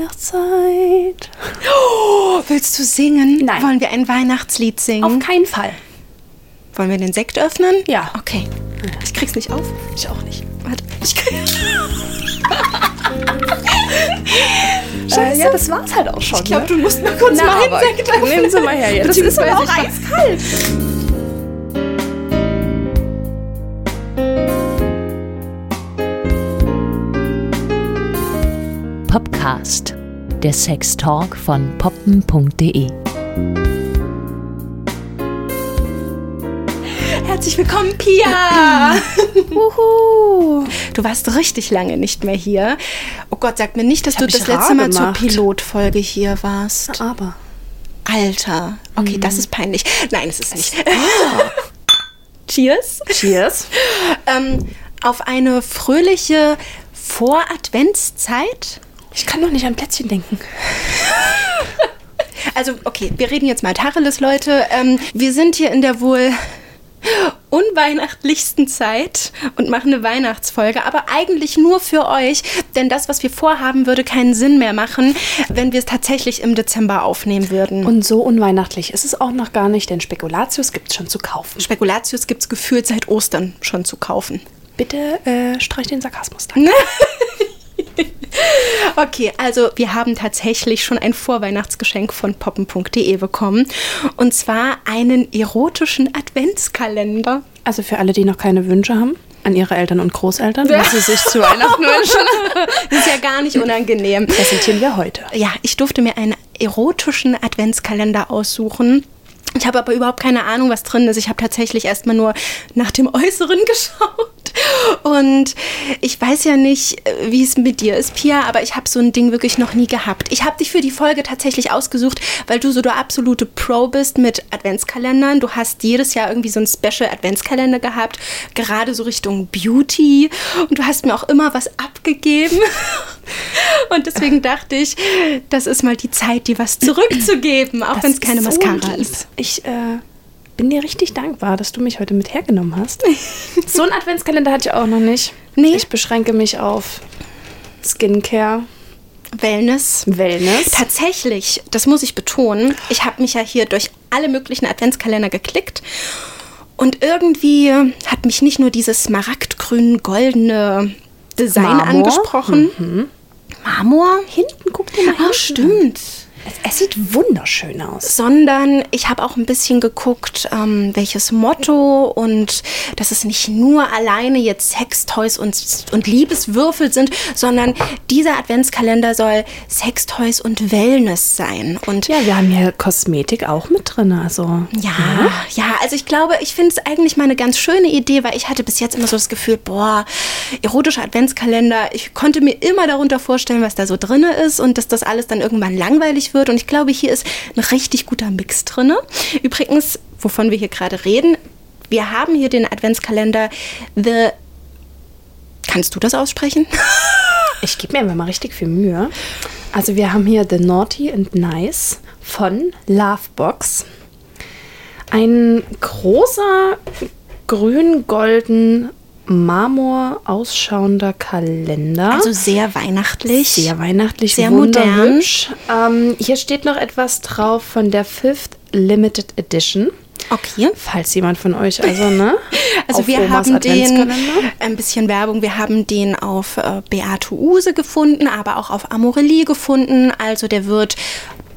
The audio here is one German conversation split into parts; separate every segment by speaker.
Speaker 1: Weihnachtszeit.
Speaker 2: Oh, willst du singen?
Speaker 1: Nein.
Speaker 2: Wollen wir ein Weihnachtslied singen?
Speaker 1: Auf keinen Fall.
Speaker 2: Wollen wir den Sekt öffnen?
Speaker 1: Ja.
Speaker 2: Okay. Ich krieg's nicht auf.
Speaker 1: Ich auch nicht.
Speaker 2: Warte. Ich krieg
Speaker 1: Äh, ja, das war's halt auch schon.
Speaker 2: Ich glaube, du musst mal kurz
Speaker 1: Na,
Speaker 2: meinen
Speaker 1: aber
Speaker 2: Sekt öffnen.
Speaker 1: nehmen Sie mal her jetzt.
Speaker 2: Das ist aber
Speaker 1: Beziehungsweise
Speaker 2: auch eiskalt.
Speaker 3: Popcast, der Sextalk von poppen.de.
Speaker 2: Herzlich willkommen, Pia. Uhu. Du warst richtig lange nicht mehr hier. Oh Gott, sag mir nicht, dass du
Speaker 1: hab mich
Speaker 2: das letzte
Speaker 1: rar
Speaker 2: Mal
Speaker 1: gemacht. Ah.
Speaker 2: zur Pilotfolge hier warst.
Speaker 1: Aber.
Speaker 2: Alter. Okay,
Speaker 1: Mhm.
Speaker 2: das ist peinlich. Nein, es ist nicht. Cheers.
Speaker 1: Cheers.
Speaker 2: Ähm, auf eine fröhliche Voradventszeit.
Speaker 1: Ich kann doch nicht an Plätzchen denken.
Speaker 2: Also, okay, wir reden jetzt mal Tacheles, Leute. Ähm, wir sind hier in der wohl unweihnachtlichsten Zeit und machen eine Weihnachtsfolge, aber eigentlich nur für euch, denn das, was wir vorhaben, würde keinen Sinn mehr machen, wenn wir es tatsächlich im Dezember aufnehmen würden. Und
Speaker 1: Und so unweihnachtlich ist es auch noch gar nicht, denn Spekulatius gibt's schon zu kaufen.
Speaker 2: Spekulatius gibt es gefühlt seit Ostern schon zu kaufen.
Speaker 1: Bitte äh, streich den Sarkasmus da.
Speaker 2: Okay, also wir haben tatsächlich schon ein Vorweihnachtsgeschenk von poppen.de bekommen. Und zwar einen erotischen Adventskalender.
Speaker 1: Also für alle, die noch keine Wünsche haben, an ihre Eltern und Großeltern, was sie sich zu Weihnachten wünschen,
Speaker 2: Ist ja gar nicht unangenehm.
Speaker 1: präsentieren wir heute.
Speaker 2: Ja, ich durfte mir einen erotischen Adventskalender aussuchen. Ich habe aber überhaupt keine Ahnung, was drin ist. Ich habe tatsächlich erstmal nur nach dem Äußeren geschaut. Und ich weiß ja nicht, äh, wie es mit dir ist, Pia, aber ich habe so ein Ding wirklich noch nie gehabt. Ich habe dich für die Folge tatsächlich ausgesucht, weil du so der absolute Pro bist mit Adventskalendern. Du hast jedes Jahr irgendwie so einen Special Adventskalender gehabt, gerade so Richtung Beauty. Und du hast mir auch immer was abgegeben. Und deswegen dachte ich, das ist mal die Zeit, dir was zurückzugeben, auch
Speaker 1: Das
Speaker 2: wenn es keine
Speaker 1: ist so
Speaker 2: Mascara
Speaker 1: lieb.
Speaker 2: ist.
Speaker 1: Ich äh, bin dir richtig dankbar, dass du mich heute mit hergenommen hast. so einen Adventskalender hatte ich auch noch nicht.
Speaker 2: Nee.
Speaker 1: Ich beschränke mich auf Skincare,
Speaker 2: Wellness.
Speaker 1: Wellness.
Speaker 2: Tatsächlich, das muss ich betonen, ich habe mich ja hier durch alle möglichen Adventskalender geklickt. Und irgendwie hat mich nicht nur dieses smaragdgrün-goldene Design
Speaker 1: Marmor.
Speaker 2: angesprochen. Marmor? Hinten, guck dir mal hin. Ah, stimmt.
Speaker 1: Es, es sieht wunderschön aus.
Speaker 2: sondern ich habe auch ein bisschen geguckt, ähm, welches Motto und dass es nicht nur alleine jetzt Sex, Toys und, und Liebeswürfel sind, sondern dieser Adventskalender soll Sex, Toys und Wellness sein. Und ja,
Speaker 1: Ja, wir haben hier Kosmetik auch mit drin, also.
Speaker 2: ja, also ich glaube, ich finde es eigentlich mal eine ganz schöne Idee, weil ich hatte bis jetzt immer so das Gefühl, boah, erotischer Adventskalender, ich konnte mir immer darunter vorstellen, was da so drin ist und dass das alles dann irgendwann langweilig wird. Und ich glaube, hier ist ein richtig guter Mix drin. Übrigens, wovon wir hier gerade reden, wir haben hier den Adventskalender The. Kannst du das aussprechen?
Speaker 1: Ich gebe mir immer mal richtig viel Mühe. Also wir haben hier The Naughty and Nice von Lovebox. Ein großer grün-golden Marmor ausschauender Kalender.
Speaker 2: Also sehr weihnachtlich.
Speaker 1: sehr weihnachtlich,
Speaker 2: sehr
Speaker 1: wunderhübsch. Ähm, hier steht noch etwas drauf von der Fifth Limited Edition.
Speaker 2: Okay.
Speaker 1: Falls jemand von euch also, ne?
Speaker 2: Also
Speaker 1: auf
Speaker 2: wir
Speaker 1: Omas
Speaker 2: haben den,
Speaker 1: Adventskalender.
Speaker 2: ein bisschen Werbung, wir haben den auf äh, Beate Use gefunden, aber auch auf Amorelie gefunden. Also der wird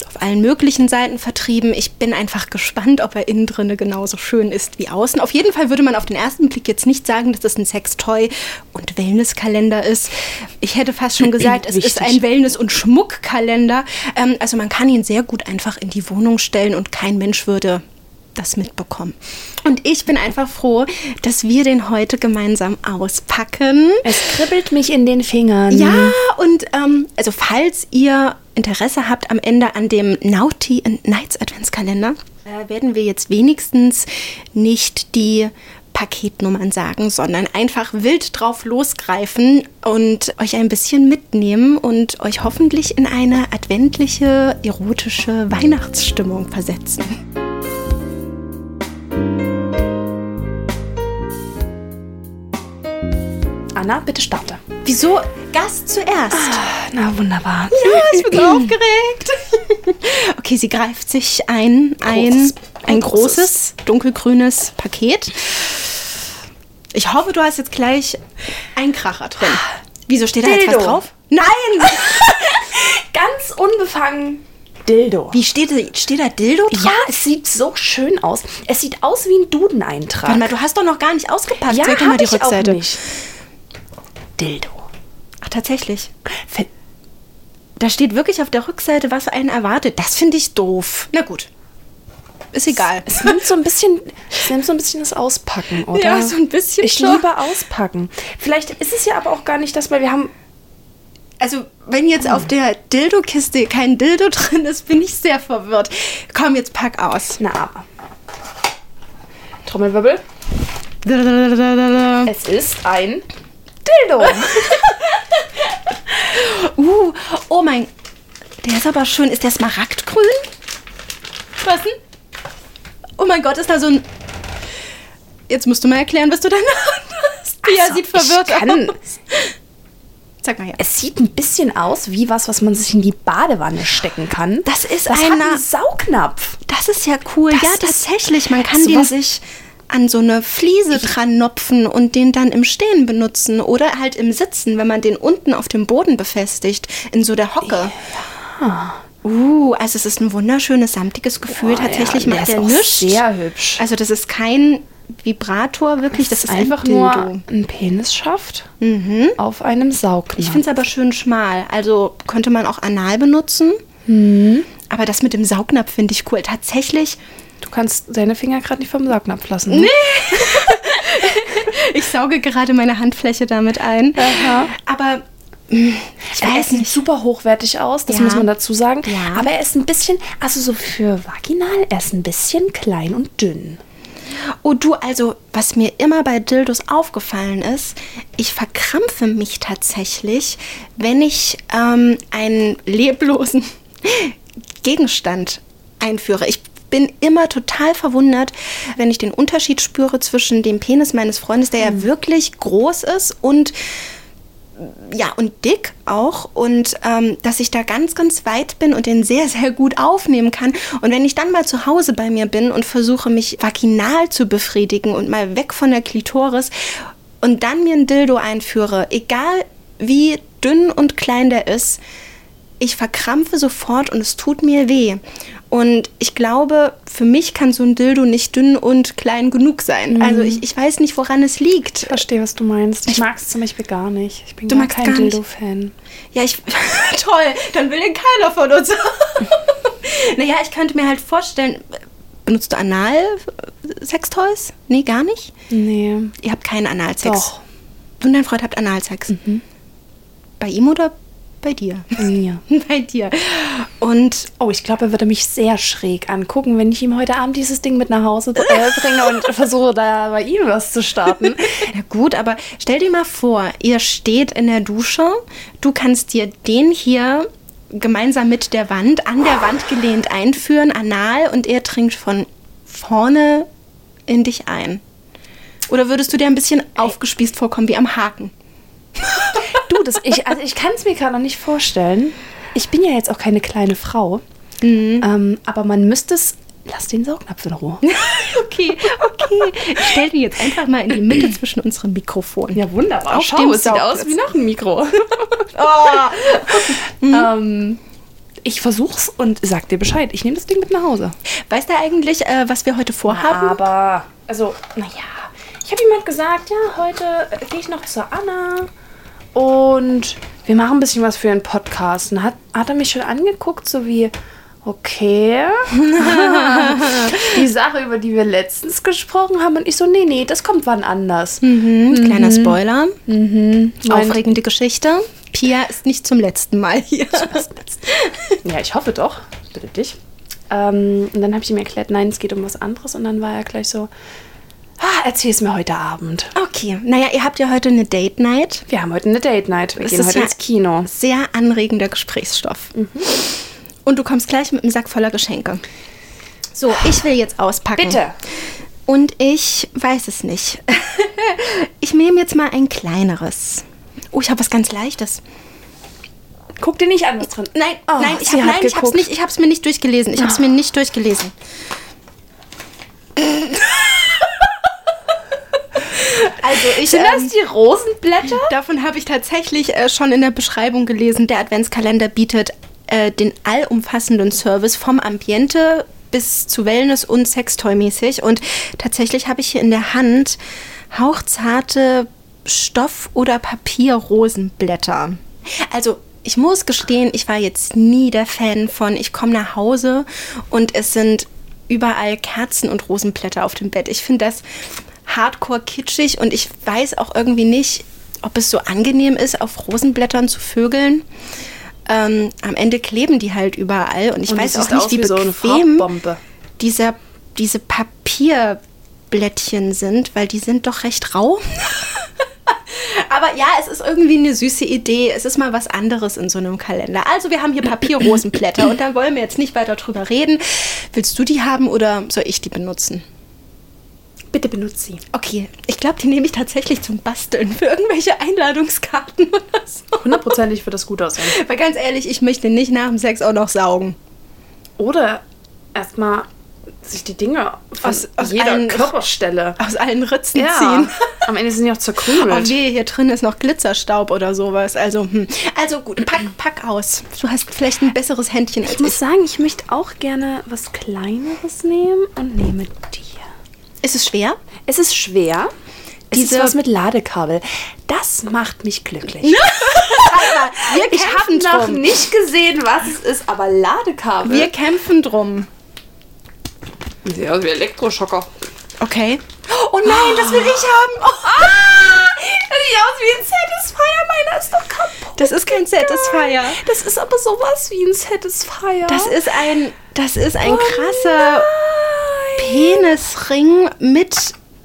Speaker 2: auf allen möglichen Seiten vertrieben. Ich bin einfach gespannt, ob er innen drinne genauso schön ist wie außen. Auf jeden Fall würde man auf den ersten Blick jetzt nicht sagen, dass das ein Sextoy und Wellnesskalender ist. Ich hätte fast schon gesagt, es ist
Speaker 1: Wichtig.
Speaker 2: ein Wellness- und Schmuckkalender. Ähm, also man kann ihn sehr gut einfach in die Wohnung stellen und kein Mensch würde das mitbekommen. Und ich bin einfach froh, dass wir den heute gemeinsam auspacken.
Speaker 1: Es kribbelt mich in den Fingern.
Speaker 2: Ja, und ähm, also falls ihr Interesse habt am Ende an dem Naughty and Nights Adventskalender, äh, werden wir jetzt wenigstens nicht die Paketnummern sagen, sondern einfach wild drauf losgreifen und euch ein bisschen mitnehmen und euch hoffentlich in eine adventliche, erotische Weihnachtsstimmung versetzen.
Speaker 1: Anna, bitte starte.
Speaker 2: Wieso Gast zuerst?
Speaker 1: Na wunderbar.
Speaker 2: Ja, ich bin so aufgeregt. Okay, sie greift sich ein, ein,
Speaker 1: Großes.
Speaker 2: ein großes, dunkelgrünes Paket. Ich hoffe, du hast jetzt gleich einen Kracher drin. Wieso steht da jetzt was
Speaker 1: Dildo.
Speaker 2: drauf? Nein!
Speaker 1: Ganz unbefangen. Dildo.
Speaker 2: Wie steht, steht da Dildo drauf?
Speaker 1: Ja, es sieht so schön aus. Es sieht aus wie ein Dudeneintrag.
Speaker 2: Warte mal, du hast doch noch gar nicht ausgepackt.
Speaker 1: ja,
Speaker 2: Zeig doch mal
Speaker 1: hab
Speaker 2: die
Speaker 1: ich
Speaker 2: Rückseite.
Speaker 1: Auch nicht. Dildo.
Speaker 2: Ach, tatsächlich.
Speaker 1: Ver-
Speaker 2: Da steht wirklich auf der Rückseite, was einen erwartet. Das finde ich doof. Na gut. Ist egal.
Speaker 1: Es nimmt so ein bisschen, es nimmt so ein bisschen das Auspacken, oder?
Speaker 2: Ja, so ein bisschen
Speaker 1: Ich
Speaker 2: schon.
Speaker 1: liebe Auspacken. Vielleicht ist es ja aber auch gar nicht das, weil wir haben
Speaker 2: Also, wenn jetzt auf der Dildo-Kiste kein Dildo drin ist, bin ich sehr verwirrt. Komm, jetzt pack aus.
Speaker 1: eine Aber. Trommelwirbel.
Speaker 2: Uh,
Speaker 1: Es ist ein Dildo.
Speaker 2: oh mein. Der ist aber schön. Ist der smaragdgrün? Was denn? Oh mein Gott, ist da so ein. Jetzt musst du mal erklären, was du da in der Hand hast. Ja,
Speaker 1: Also,
Speaker 2: sieht verwirrt
Speaker 1: ich kann-
Speaker 2: aus. Sag mal her.
Speaker 1: Es sieht ein bisschen aus wie was, was man sich in die Badewanne stecken kann.
Speaker 2: Das ist
Speaker 1: das
Speaker 2: eine-
Speaker 1: Hat einen Saugnapf.
Speaker 2: Das ist ja cool.
Speaker 1: Das
Speaker 2: ja,
Speaker 1: ist-
Speaker 2: tatsächlich. Man kann
Speaker 1: so
Speaker 2: den
Speaker 1: was-
Speaker 2: sich an so eine Fliese dran nopfen und den dann im Stehen benutzen oder halt im Sitzen, wenn man den unten auf dem Boden befestigt, in so der Hocke. Uh, also es ist ein wunderschönes, samtiges Gefühl.
Speaker 1: Boah,
Speaker 2: tatsächlich
Speaker 1: Oh, ja, der
Speaker 2: macht
Speaker 1: ist
Speaker 2: der
Speaker 1: auch
Speaker 2: nichts.
Speaker 1: sehr hübsch.
Speaker 2: Also das ist kein Vibrator, wirklich. Das, ist
Speaker 1: einfach
Speaker 2: ein
Speaker 1: nur
Speaker 2: Dildo.
Speaker 1: ein Mhm. Penisschaft auf einem Saugnapf.
Speaker 2: Ich finde es aber schön schmal. Also könnte man auch anal benutzen.
Speaker 1: Mhm.
Speaker 2: Aber das mit dem Saugnapf finde ich cool. Tatsächlich
Speaker 1: du kannst deine Finger gerade nicht vom Saugnapf lassen. ne?
Speaker 2: Ich sauge gerade meine Handfläche damit ein.
Speaker 1: Aha.
Speaker 2: Aber äh, mh, ich
Speaker 1: Er
Speaker 2: weiß
Speaker 1: sieht
Speaker 2: nicht.
Speaker 1: super hochwertig aus, das
Speaker 2: Ja.
Speaker 1: muss man dazu sagen.
Speaker 2: Ja.
Speaker 1: Aber er ist ein bisschen, also so für vaginal, er ist ein bisschen klein und dünn.
Speaker 2: Oh du, also, was mir immer bei Dildos aufgefallen ist, ich verkrampfe mich tatsächlich, wenn ich ähm, einen leblosen Gegenstand einführe. Ich bin immer total verwundert, wenn ich den Unterschied spüre zwischen dem Penis meines Freundes, der ja wirklich groß ist und ja, und dick auch. Und ähm, dass ich da ganz, ganz weit bin und den sehr, sehr gut aufnehmen kann. Und wenn ich dann mal zu Hause bei mir bin und versuche, mich vaginal zu befriedigen und mal weg von der Klitoris und dann mir ein Dildo einführe, egal wie dünn und klein der ist, ich verkrampfe sofort und es tut mir weh. Und ich glaube, für mich kann so ein Dildo nicht dünn und klein genug sein. Also ich, ich weiß nicht, woran es liegt.
Speaker 1: Ich verstehe, was du meinst. Ich mag es zum Beispiel gar nicht. Ich bin
Speaker 2: Du
Speaker 1: gar
Speaker 2: magst
Speaker 1: kein
Speaker 2: gar nicht.
Speaker 1: Dildo-Fan.
Speaker 2: Ja, ich. Toll, dann will den keiner von uns. naja, ich könnte mir halt vorstellen. Benutzt du Anal-Sextoys? Nee, gar nicht.
Speaker 1: Nee.
Speaker 2: Ihr habt keinen Analsex.
Speaker 1: Doch.
Speaker 2: Du und dein Freund habt Analsex. Bei ihm oder bei dir?
Speaker 1: Ja.
Speaker 2: bei dir. Und
Speaker 1: Oh, ich glaube, er würde mich sehr schräg angucken, wenn ich ihm heute Abend dieses Ding mit nach Hause äh, bringe und versuche, da bei ihm was zu starten.
Speaker 2: Na gut, aber stell dir mal vor, ihr steht in der Dusche, du kannst dir den hier gemeinsam mit der Wand, an der Wand gelehnt einführen, anal, und er trinkt von vorne in dich ein. Oder würdest du dir ein bisschen aufgespießt vorkommen, wie am Haken?
Speaker 1: Du, das, ich, also ich kann es mir gerade noch nicht vorstellen. Ich bin ja jetzt auch keine kleine Frau. Ähm, aber man müsste es. Lass den Saugnapf in Ruhe.
Speaker 2: Okay, okay. Ich stell den jetzt einfach mal in die Mitte zwischen unserem Mikrofon.
Speaker 1: Ja, wunderbar.
Speaker 2: Auf
Speaker 1: Schau,
Speaker 2: dem
Speaker 1: es sieht aus
Speaker 2: Saugplatz.
Speaker 1: wie noch ein Mikro. ähm, ich versuch's und sag dir Bescheid. Ich nehme das Ding mit nach Hause.
Speaker 2: Weißt du eigentlich, äh, was wir heute vorhaben?
Speaker 1: Aber, also, naja. Ich habe jemand gesagt, ja, heute gehe ich noch zur Anna und wir machen ein bisschen was für einen Podcast. Und hat, hat er mich schon angeguckt, so wie, okay, die Sache, über die wir letztens gesprochen haben. Und ich so, nee, nee, das kommt wann anders.
Speaker 2: Mhm, Kleiner Spoiler.
Speaker 1: Mein-
Speaker 2: Aufregende Geschichte. Pia ist nicht zum letzten Mal hier.
Speaker 1: Ja, ich hoffe doch. Bitte dich. Ähm, und dann habe ich ihm erklärt, nein, es geht um was anderes. Und dann war er gleich so, ah, erzähl es mir heute Abend.
Speaker 2: Okay, naja, ihr habt ja heute eine Date Night.
Speaker 1: Wir haben heute eine Date Night. Wir
Speaker 2: Es
Speaker 1: gehen
Speaker 2: ist
Speaker 1: heute
Speaker 2: ja-
Speaker 1: ins Kino.
Speaker 2: Sehr anregender Gesprächsstoff. Und du kommst gleich mit einem Sack voller Geschenke. So, ich will jetzt auspacken.
Speaker 1: Bitte.
Speaker 2: Und ich weiß es nicht. Ich nehme jetzt mal ein kleineres. Oh, ich habe was ganz Leichtes.
Speaker 1: Guck dir nicht an, was drin
Speaker 2: Nein,
Speaker 1: Oh,
Speaker 2: nein, ich
Speaker 1: sie
Speaker 2: habe
Speaker 1: hat
Speaker 2: nein, ich hab's
Speaker 1: geguckt. Ah.
Speaker 2: nicht, ich hab's mir nicht durchgelesen. Ich hab's mir nicht durchgelesen. also ich
Speaker 1: Sind das
Speaker 2: ähm,
Speaker 1: die Rosenblätter?
Speaker 2: davon habe ich tatsächlich äh, schon in der Beschreibung gelesen. Der Adventskalender bietet äh, den allumfassenden Service vom Ambiente bis zu Wellness und Sextoy-mäßig. Und tatsächlich habe ich hier in der Hand hauchzarte Stoff- oder Papierrosenblätter. Also ich muss gestehen, ich war jetzt nie der Fan von, ich komme nach Hause und es sind überall Kerzen und Rosenblätter auf dem Bett. Ich finde das hardcore kitschig und ich weiß auch irgendwie nicht, ob es so angenehm ist, auf Rosenblättern zu vögeln. Ähm, am Ende kleben die halt überall und ich
Speaker 1: Und
Speaker 2: weiß
Speaker 1: es
Speaker 2: auch
Speaker 1: sieht
Speaker 2: nicht,
Speaker 1: aus
Speaker 2: wie
Speaker 1: wie so eine
Speaker 2: bequem
Speaker 1: Farbbombe.
Speaker 2: dieser, diese Papierblättchen sind, weil die sind doch recht rau. Aber ja, es ist irgendwie eine süße Idee. Es ist mal was anderes in so einem Kalender. Also wir haben hier Papierrosenblätter und da wollen wir jetzt nicht weiter drüber reden. Willst du die haben oder soll ich die benutzen?
Speaker 1: Bitte benutzt sie.
Speaker 2: Okay, ich glaube, die nehme ich tatsächlich zum Basteln für irgendwelche Einladungskarten oder so.
Speaker 1: Hundertprozentig wird das gut aussehen.
Speaker 2: Weil ganz ehrlich, ich möchte nicht nach dem Sex auch noch saugen.
Speaker 1: Oder erstmal sich die Dinge von
Speaker 2: Aus- aus
Speaker 1: jeder
Speaker 2: allen-
Speaker 1: Körperstelle
Speaker 2: Aus allen Ritzen
Speaker 1: ja.
Speaker 2: ziehen.
Speaker 1: Am Ende sind die auch
Speaker 2: Oh
Speaker 1: zerkrümelt.
Speaker 2: wehe, hier drin ist noch Glitzerstaub oder sowas. Also, hm. also gut, pack, pack aus. Du hast vielleicht ein besseres Händchen als
Speaker 1: ich muss
Speaker 2: ich.
Speaker 1: sagen, ich möchte auch gerne was Kleineres nehmen und nehme die.
Speaker 2: Ist es schwer?
Speaker 1: Es ist schwer. Es
Speaker 2: Diese-
Speaker 1: ist was mit Ladekabel. Das macht mich glücklich.
Speaker 2: Wir
Speaker 1: Ich habe
Speaker 2: kämpfen
Speaker 1: noch
Speaker 2: drum.
Speaker 1: nicht gesehen, was es ist, aber Ladekabel.
Speaker 2: Wir kämpfen drum.
Speaker 1: Sieht aus wie Elektroschocker.
Speaker 2: Okay. Oh nein, das will ich haben. Oh.
Speaker 1: Ah! Das sieht aus wie ein Satisfier. Meiner ist doch kaputt.
Speaker 2: Das ist kein Satisfier.
Speaker 1: Das ist aber sowas wie ein Satisfier.
Speaker 2: Das ist ein, das ist ein
Speaker 1: Oh
Speaker 2: krasser Penisring mit,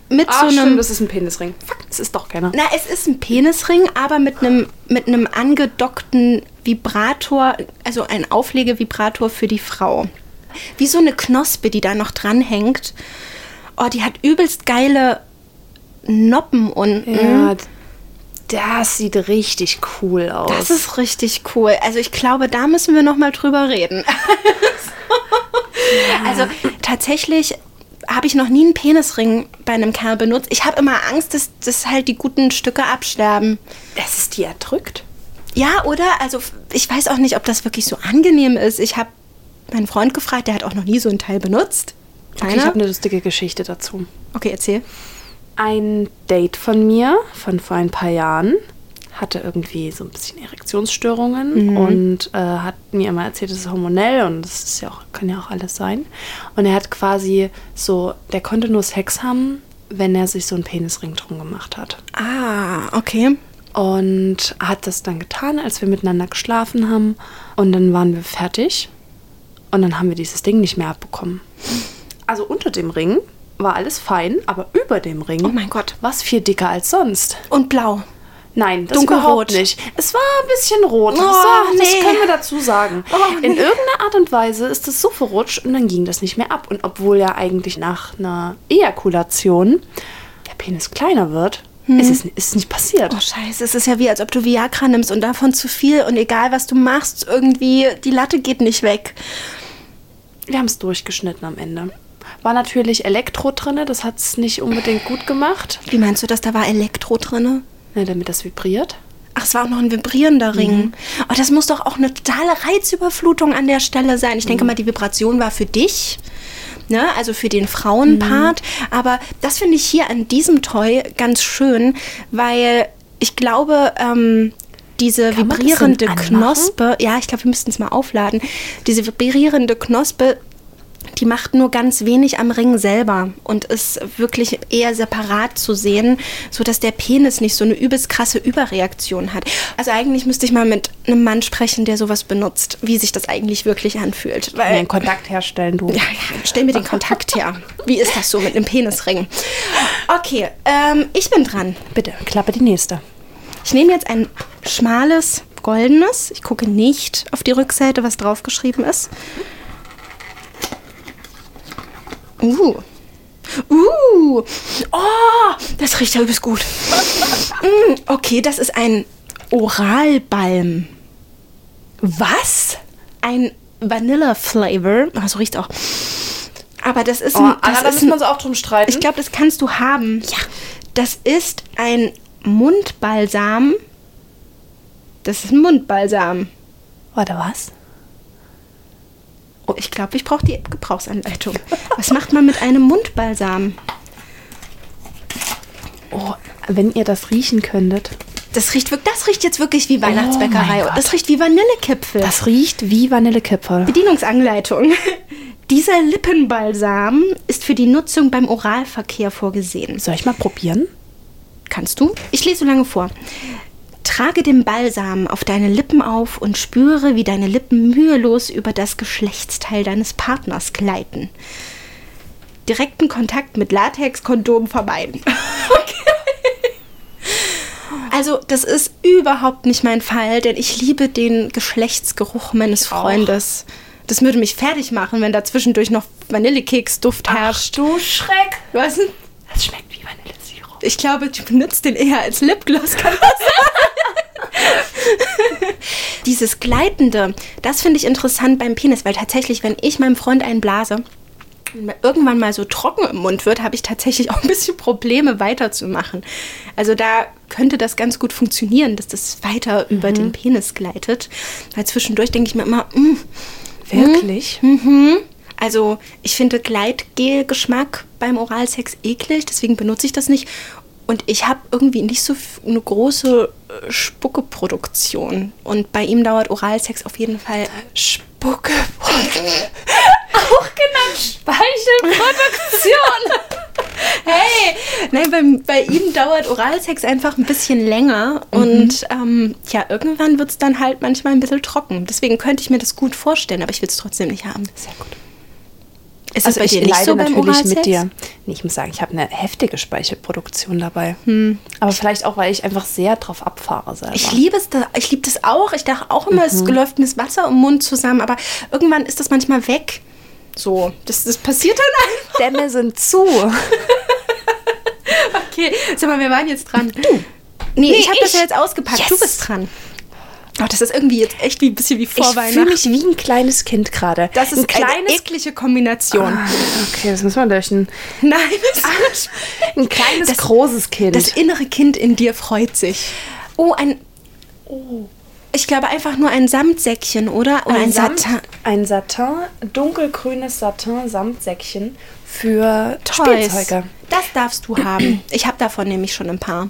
Speaker 2: mit
Speaker 1: Ach,
Speaker 2: so einem...
Speaker 1: stimmt, Ah, das ist ein Penisring. Fuck, das ist doch keiner.
Speaker 2: Na, es ist ein Penisring, aber mit einem mit einem angedockten Vibrator, also ein Auflegevibrator für die Frau. Wie so eine Knospe, die da noch dranhängt. Oh, die hat übelst geile Noppen unten.
Speaker 1: Ja, d- das sieht richtig cool aus.
Speaker 2: Das ist richtig cool. Also ich glaube, da müssen wir noch mal drüber reden. also tatsächlich habe ich noch nie einen Penisring bei einem Kerl benutzt. Ich habe immer Angst, dass, dass halt die guten Stücke absterben.
Speaker 1: das ist die erdrückt.
Speaker 2: Ja, oder? Also f- ich weiß auch nicht, ob das wirklich so angenehm ist. Ich habe meinen Freund gefragt, der hat auch noch nie so ein Teil benutzt.
Speaker 1: Okay,
Speaker 2: Keiner?
Speaker 1: ich ne- habe eine lustige Geschichte dazu.
Speaker 2: okay, erzähl.
Speaker 1: Ein Date von mir von vor ein paar Jahren hatte irgendwie so ein bisschen Erektionsstörungen und äh, hat mir immer erzählt, das ist hormonell und das ist ja auch, kann ja auch alles sein. Und er hat quasi so, der konnte nur Sex haben, wenn er sich so einen Penisring drum gemacht hat.
Speaker 2: Ah, okay.
Speaker 1: und hat das dann getan, als wir miteinander geschlafen haben. Und dann waren wir fertig und dann haben wir dieses Ding nicht mehr abbekommen. Also unter dem Ring war alles fein, aber über dem Ring
Speaker 2: Oh mein Gott.
Speaker 1: war es viel dicker als sonst.
Speaker 2: Und blau.
Speaker 1: Nein, das
Speaker 2: Dunkelrot.
Speaker 1: überhaupt nicht. Es war ein bisschen rot.
Speaker 2: Oh,
Speaker 1: das, war,
Speaker 2: nee.
Speaker 1: das können wir dazu sagen.
Speaker 2: Oh, nee.
Speaker 1: In irgendeiner Art und Weise ist es so verrutscht und dann ging das nicht mehr ab. Und obwohl ja eigentlich nach einer Ejakulation der Penis kleiner wird,
Speaker 2: Hm.
Speaker 1: ist es ist es nicht passiert.
Speaker 2: Oh scheiße, es ist ja wie, als ob du Viagra nimmst und davon zu viel und egal, was du machst, irgendwie die Latte geht nicht weg.
Speaker 1: Wir haben es durchgeschnitten am Ende. War natürlich Elektro drinne, das hat es nicht unbedingt gut gemacht.
Speaker 2: Wie meinst du das? Da war Elektro drinne?
Speaker 1: Ne, damit das vibriert.
Speaker 2: Ach, es war auch noch ein vibrierender Ring.
Speaker 1: Mhm.
Speaker 2: Oh, das muss doch auch eine totale Reizüberflutung an der Stelle sein. Ich
Speaker 1: Mhm.
Speaker 2: denke mal, die Vibration war für dich, ne? also für den Frauenpart.
Speaker 1: Mhm.
Speaker 2: Aber das finde ich hier an diesem Toy ganz schön, weil ich glaube, ähm, diese
Speaker 1: Kann man das
Speaker 2: vibrierende
Speaker 1: denn anmachen?
Speaker 2: Knospe, ja, ich glaube, wir müssten es mal aufladen. Diese vibrierende Knospe, die macht nur ganz wenig am Ring selber und ist wirklich eher separat zu sehen, sodass der Penis nicht so eine übelst krasse Überreaktion hat. Also eigentlich müsste ich mal mit einem Mann sprechen, der sowas benutzt, wie sich das eigentlich wirklich anfühlt. Weil,
Speaker 1: Den Kontakt herstellen, du.
Speaker 2: ja, ja, stell mir den Kontakt her. Wie ist das so mit einem Penisring? Okay, ähm, ich bin dran.
Speaker 1: Bitte, klappe die nächste.
Speaker 2: Ich nehme jetzt ein schmales, goldenes. Ich gucke nicht auf die Rückseite, was draufgeschrieben ist. Uh. Uh, oh, das riecht ja übelst gut. Mm, okay, das ist ein Oralbalm.
Speaker 1: Was?
Speaker 2: Ein Vanilla-Flavor. Ah, so riecht auch. Aber das ist
Speaker 1: Oh,
Speaker 2: ein...
Speaker 1: Anna,
Speaker 2: das
Speaker 1: da
Speaker 2: ist
Speaker 1: muss
Speaker 2: ein-
Speaker 1: man so auch drum streiten.
Speaker 2: Ich glaube, das kannst du haben. Ja. Das ist ein Mundbalsam. Das ist ein Mundbalsam.
Speaker 1: Warte, was?
Speaker 2: Oh, ich glaube, ich brauche die Gebrauchsanleitung. Was macht man mit einem Mundbalsam?
Speaker 1: Oh, wenn ihr das riechen könntet.
Speaker 2: Das riecht, wirk- das riecht jetzt wirklich wie
Speaker 1: mein
Speaker 2: Weihnachtsbäckerei.
Speaker 1: Gott.
Speaker 2: das riecht wie Vanillekipfel.
Speaker 1: Das riecht wie Vanillekipferl.
Speaker 2: Bedienungsanleitung. Dieser Lippenbalsam ist für die Nutzung beim Oralverkehr vorgesehen.
Speaker 1: Soll ich mal probieren?
Speaker 2: Kannst du? Ich lese so lange vor. Trage den Balsam auf deine Lippen auf und spüre, wie deine Lippen mühelos über das Geschlechtsteil deines Partners gleiten. Direkten Kontakt mit Latexkondom vermeiden. Also, das ist überhaupt nicht mein Fall, denn ich liebe den Geschlechtsgeruch meines Freundes. Das würde mich fertig machen, wenn da zwischendurch noch Vanillekeksduft herrscht.
Speaker 1: du Schreck!
Speaker 2: Was denn?
Speaker 1: Das schmeckt wie Vanillesirup.
Speaker 2: Ich glaube, du benutzt den eher als Lipgloss. Kann das sein? Dieses Gleitende, das finde ich interessant beim Penis, weil tatsächlich, wenn ich meinem Freund einen blase, wenn mir irgendwann mal so trocken im Mund wird, habe ich tatsächlich auch ein bisschen Probleme weiterzumachen. Also da könnte das ganz gut funktionieren, dass das weiter über den Penis gleitet. Weil zwischendurch denke ich mir immer, "Mm,
Speaker 1: Wirklich?
Speaker 2: Mhm. Also ich finde Gleitgel-Geschmack beim Oralsex eklig, deswegen benutze ich das nicht. Und ich habe irgendwie nicht so f- eine große äh, Spuckeproduktion. Und bei ihm dauert Oralsex auf jeden Fall.
Speaker 1: Spucke. auch genannt Speichelproduktion.
Speaker 2: Hey! Nein, beim, bei ihm dauert Oralsex einfach ein bisschen länger.
Speaker 1: Mhm.
Speaker 2: Und ähm, ja, irgendwann wird es dann halt manchmal ein bisschen trocken. Deswegen könnte ich mir das gut vorstellen, aber ich will es trotzdem nicht haben.
Speaker 1: Sehr gut.
Speaker 2: Ist
Speaker 1: Also
Speaker 2: es bei
Speaker 1: ich
Speaker 2: dir nicht
Speaker 1: leide
Speaker 2: so beim
Speaker 1: natürlich
Speaker 2: Oralsex?
Speaker 1: mit dir. Nee, ich muss sagen, ich habe eine heftige Speichelproduktion dabei. Hm, Aber vielleicht auch, weil ich einfach sehr drauf abfahre selber.
Speaker 2: Ich liebe es, da, ich liebe das auch. Ich dachte auch immer, es läuft mir das Wasser im Mund zusammen, aber irgendwann ist das manchmal weg. So, das, das passiert dann einfach.
Speaker 1: Dämme sind zu.
Speaker 2: Okay, sag mal, wir waren jetzt dran. Du. Nee, ich habe das
Speaker 1: ich.
Speaker 2: ja jetzt ausgepackt.
Speaker 1: Yes.
Speaker 2: Du bist dran. Oh, das ist irgendwie jetzt echt wie ein bisschen wie
Speaker 1: Ich
Speaker 2: vor
Speaker 1: fühle
Speaker 2: Weihnachten.
Speaker 1: mich wie ein kleines Kind gerade.
Speaker 2: Das ist
Speaker 1: ein E-
Speaker 2: eine
Speaker 1: kleines
Speaker 2: eklige Kombination.
Speaker 1: Okay, das müssen wir löschen.
Speaker 2: Nein, das ist
Speaker 1: Ein kleines, großes Kind.
Speaker 2: Das innere Kind in dir freut sich. Oh, ein. Ich glaube einfach nur ein Samtsäckchen, oder? Oder ein,
Speaker 1: Samt-
Speaker 2: Satin.
Speaker 1: ein Satin, dunkelgrünes Satin-Samtsäckchen für Spielzeuge.
Speaker 2: Das darfst du haben. Ich habe davon nämlich schon ein paar.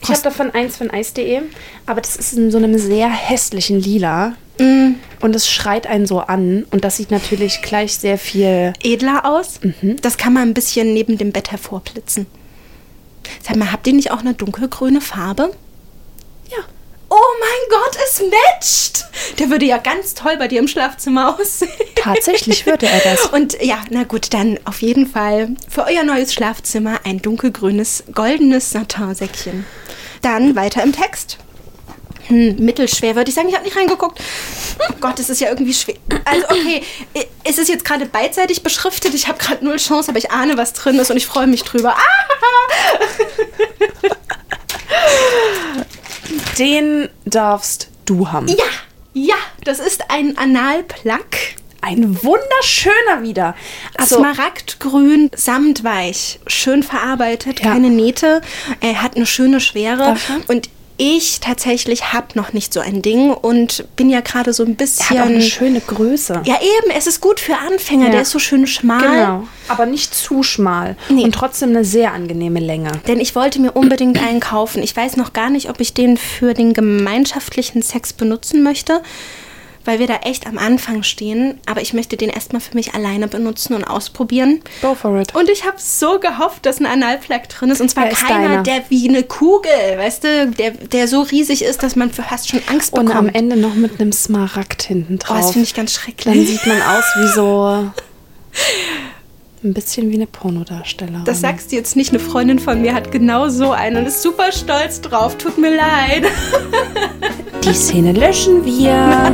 Speaker 1: Ich habe davon eins von Eis.de, aber das ist in so einem sehr hässlichen Lila. Und es schreit einen so an. Und das sieht natürlich gleich sehr viel.
Speaker 2: Edler aus. Das kann man ein bisschen neben dem Bett hervorblitzen. Sag mal, habt ihr nicht auch eine dunkelgrüne Farbe?
Speaker 1: Ja.
Speaker 2: Oh mein Gott, es matcht! Der würde ja ganz toll bei dir im Schlafzimmer aussehen.
Speaker 1: Tatsächlich würde er das.
Speaker 2: Und ja, na gut, dann auf jeden Fall für euer neues Schlafzimmer ein dunkelgrünes, goldenes Satinsäckchen. Dann weiter im Text. Hm, mittelschwer würde ich sagen, ich habe nicht reingeguckt. Oh Gott, es ist ja irgendwie schwer. Also okay, i- es ist jetzt gerade beidseitig beschriftet. Ich habe gerade null Chance, aber ich ahne, was drin ist und ich freue mich drüber. Ah!
Speaker 1: Den darfst du haben.
Speaker 2: Ja, ja, das ist ein Analplug.
Speaker 1: Ein wunderschöner wieder. Also,
Speaker 2: Smaragdgrün, samtweich, schön verarbeitet,
Speaker 1: Ja.
Speaker 2: keine Nähte. Er hat eine schöne Schwere.
Speaker 1: Darf ich?
Speaker 2: Und ich tatsächlich habe noch nicht so ein Ding und bin ja gerade so ein
Speaker 1: er hat auch eine
Speaker 2: bisschen.
Speaker 1: schöne Größe.
Speaker 2: Ja, eben, es ist gut für Anfänger,
Speaker 1: Ja.
Speaker 2: der ist so schön schmal.
Speaker 1: Genau. Aber nicht zu schmal.
Speaker 2: Nee.
Speaker 1: Und trotzdem eine sehr angenehme Länge.
Speaker 2: Denn ich wollte mir unbedingt einen kaufen. Ich weiß noch gar nicht, ob ich den für den gemeinschaftlichen Sex benutzen möchte, weil wir da echt am Anfang stehen. Aber ich möchte den erstmal für mich alleine benutzen und ausprobieren.
Speaker 1: Go for it.
Speaker 2: Und ich habe so gehofft, dass ein Analplug drin ist. Und zwar
Speaker 1: Der ist
Speaker 2: keiner,
Speaker 1: deiner.
Speaker 2: der wie eine Kugel, weißt du, der, der so riesig ist, dass man fast schon Angst
Speaker 1: Und
Speaker 2: bekommt.
Speaker 1: am Ende noch mit einem Smaragd hinten
Speaker 2: oh,
Speaker 1: Oh, drauf.
Speaker 2: das finde ich ganz
Speaker 1: Dann
Speaker 2: schrecklich.
Speaker 1: sieht man aus wie so. Ein bisschen wie eine Pornodarstellerin.
Speaker 2: Das sagst du jetzt nicht. Eine Freundin von mir hat genau so einen und ist super stolz drauf. Tut mir leid.
Speaker 1: Die Szene löschen wir.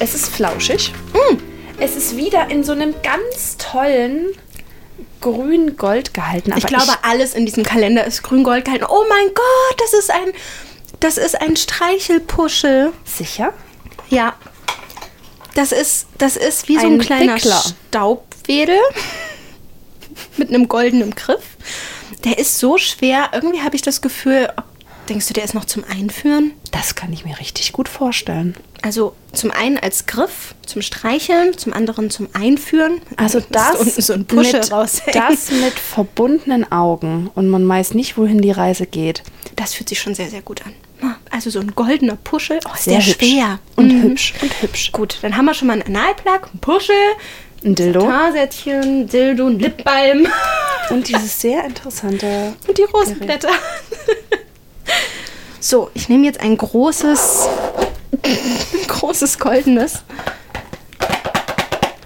Speaker 1: Es ist flauschig. Mm. Es ist wieder in so einem ganz tollen grün-gold gehalten.
Speaker 2: Ich
Speaker 1: aber
Speaker 2: glaube, alles in diesem Kalender ist grün-gold gehalten. Oh mein Gott, das ist ein, das ist ein Streichelpuschel.
Speaker 1: sicher.
Speaker 2: Ja. Das ist, das ist wie so ein
Speaker 1: Ein
Speaker 2: kleiner
Speaker 1: Wickler.
Speaker 2: Staubwedel mit einem goldenen Griff. Der ist so schwer. Irgendwie habe ich das Gefühl, ob- denkst du, der ist noch zum Einführen?
Speaker 1: Das kann ich mir richtig gut vorstellen.
Speaker 2: Also zum einen als Griff, zum Streicheln, zum anderen zum Einführen.
Speaker 1: Also
Speaker 2: Ist
Speaker 1: das
Speaker 2: unten so ein Puschel
Speaker 1: mit,
Speaker 2: raushängen.
Speaker 1: das mit verbundenen Augen und man weiß nicht, wohin die Reise geht.
Speaker 2: Das fühlt sich schon sehr, sehr gut an. Also so ein goldener Puschel. Oh, ist
Speaker 1: Sehr
Speaker 2: der
Speaker 1: hübsch.
Speaker 2: schwer.
Speaker 1: Und
Speaker 2: Mhm.
Speaker 1: hübsch und hübsch.
Speaker 2: Gut, dann haben wir schon mal einen Analplug, einen Puschel,
Speaker 1: Ein Dildo
Speaker 2: Tarsätchen, Dildo, einen Lipbalm
Speaker 1: und dieses sehr interessante
Speaker 2: und die Rosenblätter. so, ich nehme jetzt ein großes, ein großes goldenes.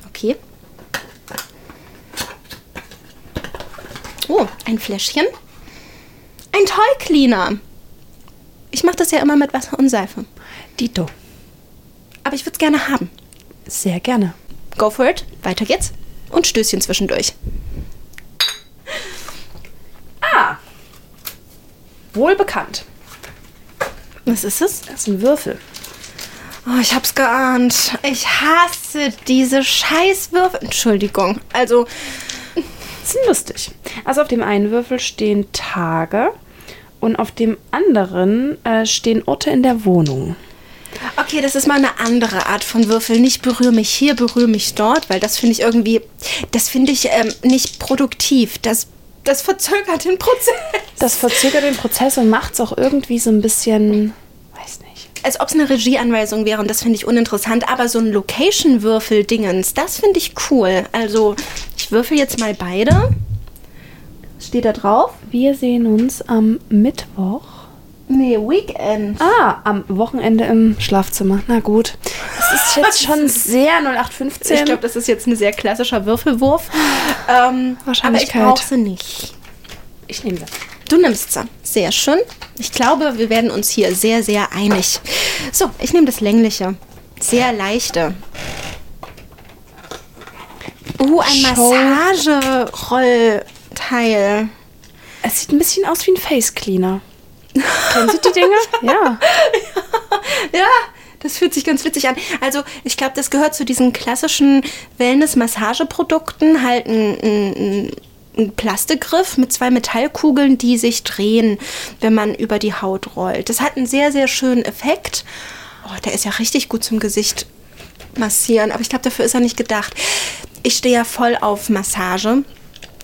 Speaker 2: Okay. Oh, ein Fläschchen. Ein Toy Cleaner. Ich mache das ja immer mit Wasser und Seife.
Speaker 1: Dito.
Speaker 2: Aber ich würde es gerne haben.
Speaker 1: Sehr gerne.
Speaker 2: Go for it, weiter geht's. Und Stößchen zwischendurch. Ah.
Speaker 1: Wohlbekannt.
Speaker 2: Was ist es?
Speaker 1: Das ist ein Würfel.
Speaker 2: Oh, ich hab's geahnt. Ich hasse diese Scheißwürfel. Entschuldigung. Also,
Speaker 1: Das ist lustig. Also auf dem einen Würfel stehen Tage und auf dem anderen äh, stehen Orte in der Wohnung.
Speaker 2: okay, das ist mal eine andere Art von Würfel. Nicht berühr mich hier, berühr mich dort, weil das finde ich irgendwie, das finde ich ähm, nicht produktiv. Das, das verzögert den Prozess.
Speaker 1: Das verzögert den Prozess und macht es auch irgendwie so ein bisschen, weiß nicht.
Speaker 2: Als ob es eine Regieanweisung wäre und das finde ich uninteressant. Aber so ein Location-Würfel-Dingens, das finde ich cool. Also, ich würfel jetzt mal beide. Steht da drauf?
Speaker 1: Wir sehen uns am Mittwoch.
Speaker 2: Nee, Weekend.
Speaker 1: Ah, am Wochenende im Schlafzimmer. Na gut. Das ist jetzt schon sehr 0815.
Speaker 2: Ich glaube, das ist jetzt ein sehr klassischer Würfelwurf. Ähm,
Speaker 1: Wahrscheinlichkeit.
Speaker 2: Aber ich brauche sie nicht.
Speaker 1: ich nehme das.
Speaker 2: Du nimmst sie. Sehr schön. Ich glaube, wir werden uns hier sehr, sehr einig. So, ich nehme das längliche. Sehr leichte. Oh, ein
Speaker 1: Show.
Speaker 2: Massagerollteil.
Speaker 1: Es sieht ein bisschen aus wie ein Face Cleaner. Kennen Sie die Dinge? ja.
Speaker 2: Ja, das fühlt sich ganz witzig an. Also, ich glaube, das gehört zu diesen klassischen Wellness-Massageprodukten. Halt ein, ein, ein- ein Plastikgriff mit zwei Metallkugeln, die sich drehen, wenn man über die Haut rollt. Das hat einen sehr, sehr schönen Effekt. Oh, der ist ja richtig gut zum Gesicht massieren, aber ich glaube, dafür ist er nicht gedacht. Ich stehe ja voll auf Massage.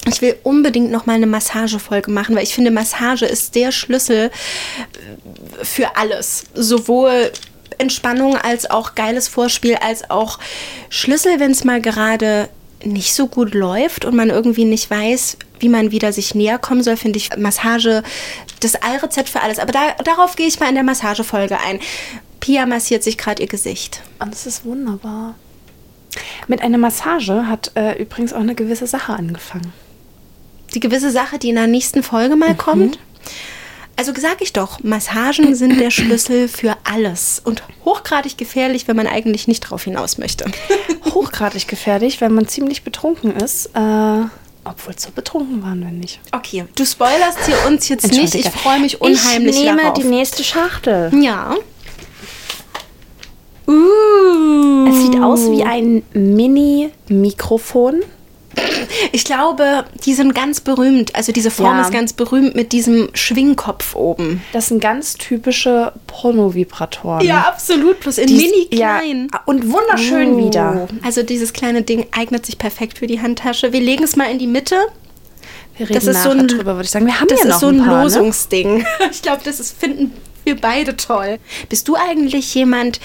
Speaker 2: Ich will unbedingt noch mal eine Massagefolge machen, weil ich finde, Massage ist der Schlüssel für alles. Sowohl Entspannung als auch geiles Vorspiel, als auch Schlüssel, wenn es mal gerade nicht so gut läuft und man irgendwie nicht weiß, wie man wieder sich näher kommen soll, finde ich Massage das Allrezept für alles. Aber da, darauf gehe ich mal in der Massagefolge ein. Pia massiert sich gerade ihr Gesicht.
Speaker 1: Und es ist wunderbar. Mit einer Massage hat äh, übrigens auch eine gewisse Sache angefangen.
Speaker 2: Die gewisse Sache, die in der nächsten Folge mal kommt. Also sag ich doch, Massagen sind der Schlüssel für alles und hochgradig gefährlich, wenn man eigentlich nicht drauf hinaus möchte.
Speaker 1: Hochgradig gefährlich, wenn man ziemlich betrunken ist. Äh, obwohl, so betrunken waren wir nicht.
Speaker 2: Okay, du spoilerst hier uns jetzt nicht. Ich
Speaker 1: Entschuldige.
Speaker 2: freue mich unheimlich
Speaker 1: Ich nehme
Speaker 2: darauf.
Speaker 1: die nächste Schachtel.
Speaker 2: ja. Uh.
Speaker 1: Es sieht aus wie ein Mini-Mikrofon.
Speaker 2: Ich glaube, die sind ganz berühmt. Also diese Form
Speaker 1: Ja.
Speaker 2: ist ganz berühmt mit diesem Schwingkopf oben.
Speaker 1: Das sind ganz typische Porno-Vibratoren.
Speaker 2: absolut. Plus in
Speaker 1: Die-
Speaker 2: mini
Speaker 1: ja,
Speaker 2: klein.
Speaker 1: Und wunderschön
Speaker 2: Oh.
Speaker 1: wieder.
Speaker 2: Also dieses kleine Ding eignet sich perfekt für die Handtasche. Wir legen es mal in die Mitte.
Speaker 1: Wir
Speaker 2: Das ist so
Speaker 1: nachher
Speaker 2: ein-
Speaker 1: drüber, würde ich sagen. Wir haben
Speaker 2: Das
Speaker 1: ja noch
Speaker 2: ist so ein,
Speaker 1: ein paar, ne?
Speaker 2: Losungsding. Ich glaube, das ist, finden wir beide toll. Bist du eigentlich jemand,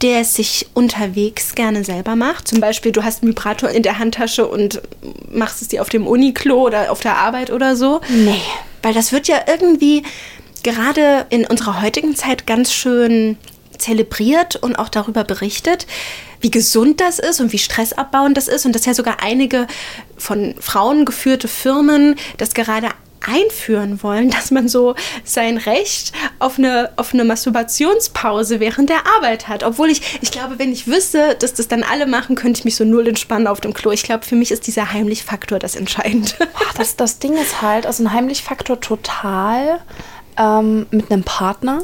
Speaker 2: der es sich unterwegs gerne selber macht? Zum Beispiel, du hast einen Vibrator in der Handtasche und machst es dir auf dem Uniklo oder auf der Arbeit oder so?
Speaker 1: Nee.
Speaker 2: Weil das wird ja irgendwie gerade in unserer heutigen Zeit ganz schön zelebriert und auch darüber berichtet, wie gesund das ist und wie stressabbauend das ist und dass ja sogar einige von Frauen geführte Firmen das gerade einführen wollen, dass man so sein Recht auf eine, auf eine Masturbationspause während der Arbeit hat. Obwohl ich, ich glaube, wenn ich wüsste, dass das dann alle machen, könnte ich mich so null entspannen auf dem Klo. Ich glaube, für mich ist dieser heimliche Faktor das Entscheidende.
Speaker 1: Ach, das, das Ding ist halt, also ein Heimlichfaktor total ähm, mit einem Partner,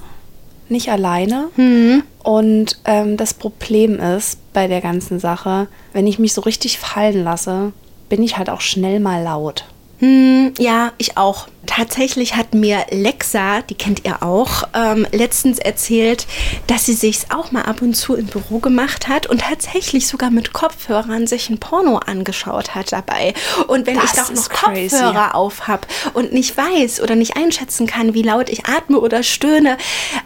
Speaker 1: nicht alleine.
Speaker 2: Mhm.
Speaker 1: Und ähm, das Problem ist bei der ganzen Sache, wenn ich mich so richtig fallen lasse, bin ich halt auch schnell mal laut.
Speaker 2: Hm, ja, ich auch. Tatsächlich hat mir Lexa, die kennt ihr auch, ähm, letztens erzählt, dass sie sich's auch mal ab und zu im Büro gemacht hat und tatsächlich sogar mit Kopfhörern sich ein Porno angeschaut hat dabei. Und wenn
Speaker 1: Das
Speaker 2: ich doch noch
Speaker 1: ist crazy.
Speaker 2: Kopfhörer auf habe und nicht weiß oder nicht einschätzen kann, wie laut ich atme oder stöhne,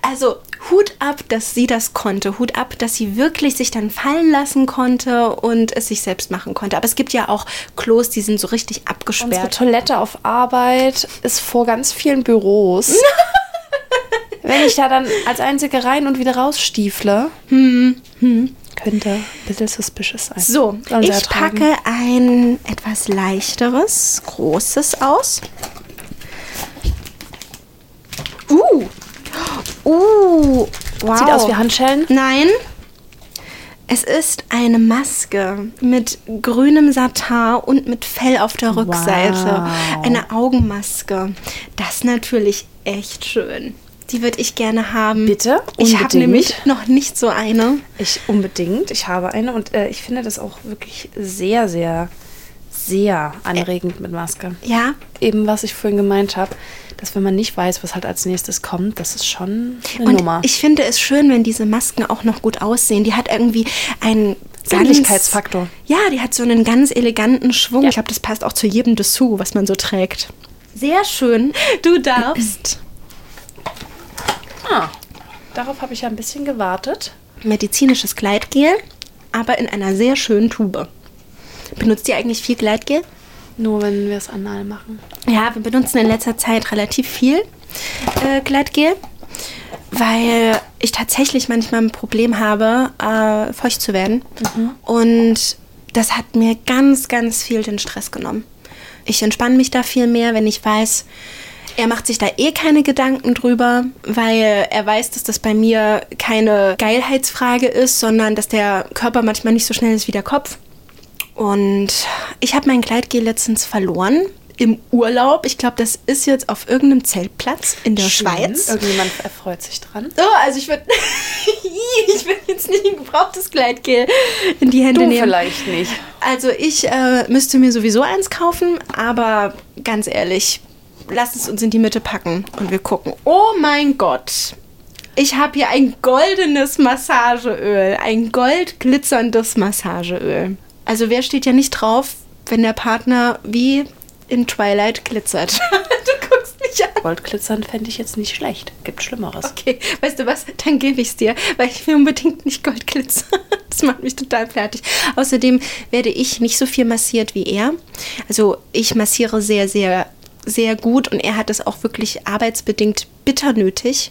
Speaker 2: also Hut ab, dass sie das konnte. Hut ab, dass sie wirklich sich dann fallen lassen konnte und es sich selbst machen konnte. Aber es gibt ja auch Klos, die sind so richtig abgesperrt.
Speaker 1: Unsere Toilette auf Arbeit ist vor ganz vielen Büros. Wenn ich da dann als Einzige rein und wieder rausstiefle, Hm, könnte ein bisschen suspicious sein.
Speaker 2: So,
Speaker 1: Sollen sie
Speaker 2: ich
Speaker 1: ertragen.
Speaker 2: packe ein etwas leichteres, großes aus. Uh. Uh. Wow.
Speaker 1: Sieht aus wie Handschellen.
Speaker 2: Nein. Es ist eine Maske mit grünem Satar und mit Fell auf der Rückseite.
Speaker 1: Wow.
Speaker 2: Eine Augenmaske. Das ist natürlich echt schön. Die würde ich gerne haben.
Speaker 1: Bitte?
Speaker 2: Ich habe
Speaker 1: Unbedingt.
Speaker 2: nämlich noch nicht so eine.
Speaker 1: Ich unbedingt. Ich habe eine und äh, ich finde das auch wirklich sehr, sehr, sehr anregend mit Maske.
Speaker 2: Ja,
Speaker 1: Eben, was ich vorhin gemeint habe, dass wenn man nicht weiß, was halt als nächstes kommt, das ist schon eine
Speaker 2: Und
Speaker 1: Nummer.
Speaker 2: ich finde es schön, wenn diese Masken auch noch gut aussehen. Die hat irgendwie einen ganz-
Speaker 1: Sinnlichkeitsfaktor.
Speaker 2: Ja, die hat so einen ganz eleganten Schwung.
Speaker 1: Ja.
Speaker 2: Ich glaube, das passt auch zu jedem Dessous, was man so trägt. Sehr schön. Du darfst.
Speaker 1: ah, darauf habe ich ja ein bisschen gewartet.
Speaker 2: Medizinisches Gleitgel, aber in einer sehr schönen Tube. Benutzt ihr eigentlich viel Gleitgel?
Speaker 1: Nur wenn wir es anal machen.
Speaker 2: Ja, wir benutzen in letzter Zeit relativ viel äh, Gleitgel, weil ich tatsächlich manchmal ein Problem habe, äh, feucht zu werden. Und das hat mir ganz, ganz viel den Stress genommen. Ich entspanne mich da viel mehr, wenn ich weiß, er macht sich da eh keine Gedanken drüber, weil er weiß, dass das bei mir keine Geilheitsfrage ist, sondern dass der Körper manchmal nicht so schnell ist wie der Kopf. Und ich habe mein Gleitgel letztens verloren im Urlaub. Ich glaube, das ist jetzt auf irgendeinem Zeltplatz in der
Speaker 1: Schön.
Speaker 2: Schweiz.
Speaker 1: Irgendjemand erfreut sich dran.
Speaker 2: Oh, also ich würde ich würd jetzt nicht ein gebrauchtes Gleitgel in die Hände
Speaker 1: Du
Speaker 2: nehmen.
Speaker 1: vielleicht nicht.
Speaker 2: Also ich äh, müsste mir sowieso eins kaufen, aber ganz ehrlich, lasst es uns in die Mitte packen und wir gucken. Oh mein Gott. Ich habe hier ein goldenes Massageöl, ein goldglitzerndes Massageöl. Also wer steht ja nicht drauf, wenn der Partner wie in Twilight glitzert? du guckst mich an.
Speaker 1: Goldglitzern fände ich jetzt nicht schlecht. Gibt Schlimmeres.
Speaker 2: Okay, weißt du was? Dann gebe ich es dir, weil ich will unbedingt nicht Goldglitzer. Das macht mich total fertig. Außerdem werde ich nicht so viel massiert wie er. Also ich massiere sehr, sehr, sehr gut und er hat es auch wirklich arbeitsbedingt bitter nötig.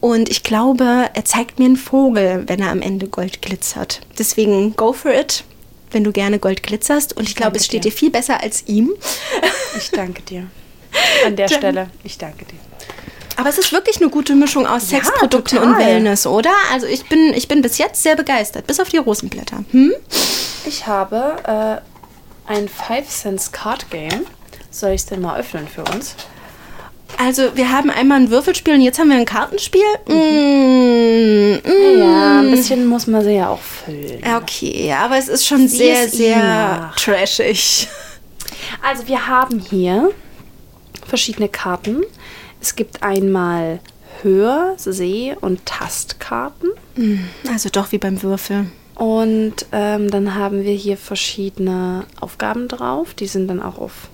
Speaker 2: Und ich glaube, er zeigt mir einen Vogel, wenn er am Ende Gold glitzert. Deswegen go for it, wenn du gerne Gold glitzerst. Und ich glaube,
Speaker 1: danke
Speaker 2: es steht
Speaker 1: dir.
Speaker 2: dir viel besser als ihm.
Speaker 1: Ich danke dir. An der
Speaker 2: Dann-
Speaker 1: Stelle, ich danke dir.
Speaker 2: Aber es ist wirklich eine gute Mischung aus
Speaker 1: Ja,
Speaker 2: Sexprodukten
Speaker 1: total.
Speaker 2: und Wellness, oder? Also ich bin, ich bin bis jetzt sehr begeistert, bis auf die Rosenblätter. Hm?
Speaker 1: Ich habe äh, ein Five Cents Card Game. Soll ich es denn mal öffnen für uns?
Speaker 2: Also wir haben einmal ein Würfelspiel und jetzt haben wir ein Kartenspiel. Mm, mm.
Speaker 1: Ja, ein bisschen muss man sie Mhm. ja auch füllen.
Speaker 2: Okay, aber es ist schon
Speaker 1: Sieh
Speaker 2: sehr,
Speaker 1: es ihm
Speaker 2: sehr
Speaker 1: nach.
Speaker 2: trashig.
Speaker 1: Also wir haben hier verschiedene Karten. Es gibt einmal Hör-, Seh- und Tastkarten.
Speaker 2: Also doch wie beim Würfel.
Speaker 1: Und ähm, dann haben wir hier verschiedene Aufgaben drauf. Die sind dann auch auf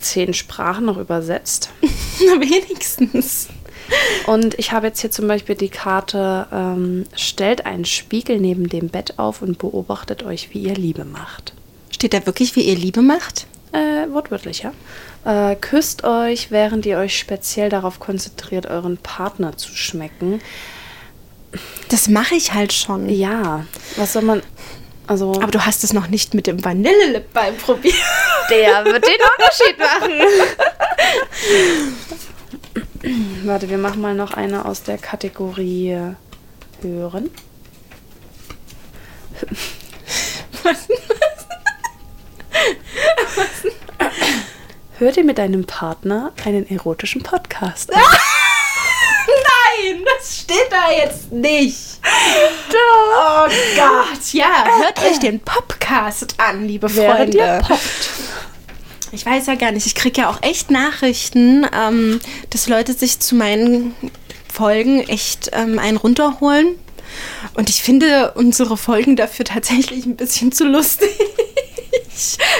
Speaker 1: zehn Sprachen noch übersetzt.
Speaker 2: Na wenigstens.
Speaker 1: Und ich habe jetzt hier zum Beispiel die Karte, ähm, stellt einen Spiegel neben dem Bett auf und beobachtet euch, wie ihr Liebe macht.
Speaker 2: Steht da wirklich, wie ihr Liebe macht?
Speaker 1: Äh, wortwörtlich, ja. Äh, küsst euch, während ihr euch speziell darauf konzentriert, euren Partner zu schmecken.
Speaker 2: Das mache ich halt schon.
Speaker 1: Ja, was soll man. Also,
Speaker 2: Aber du hast es noch nicht mit dem Vanillelipbalm probiert.
Speaker 1: der wird den Unterschied machen. Warte, wir machen mal noch eine aus der Kategorie Hören. Was? Was? Hör dir mit deinem Partner einen erotischen Podcast an.
Speaker 2: Nein, das steht da jetzt nicht. Oh Gott, ja, hört euch den Podcast an, liebe
Speaker 1: Während ihr
Speaker 2: Freunde. Ich weiß ja gar nicht, ich kriege ja auch echt Nachrichten, ähm, dass Leute sich zu meinen Folgen echt ähm, einen runterholen. Und ich finde unsere Folgen dafür tatsächlich ein bisschen zu lustig.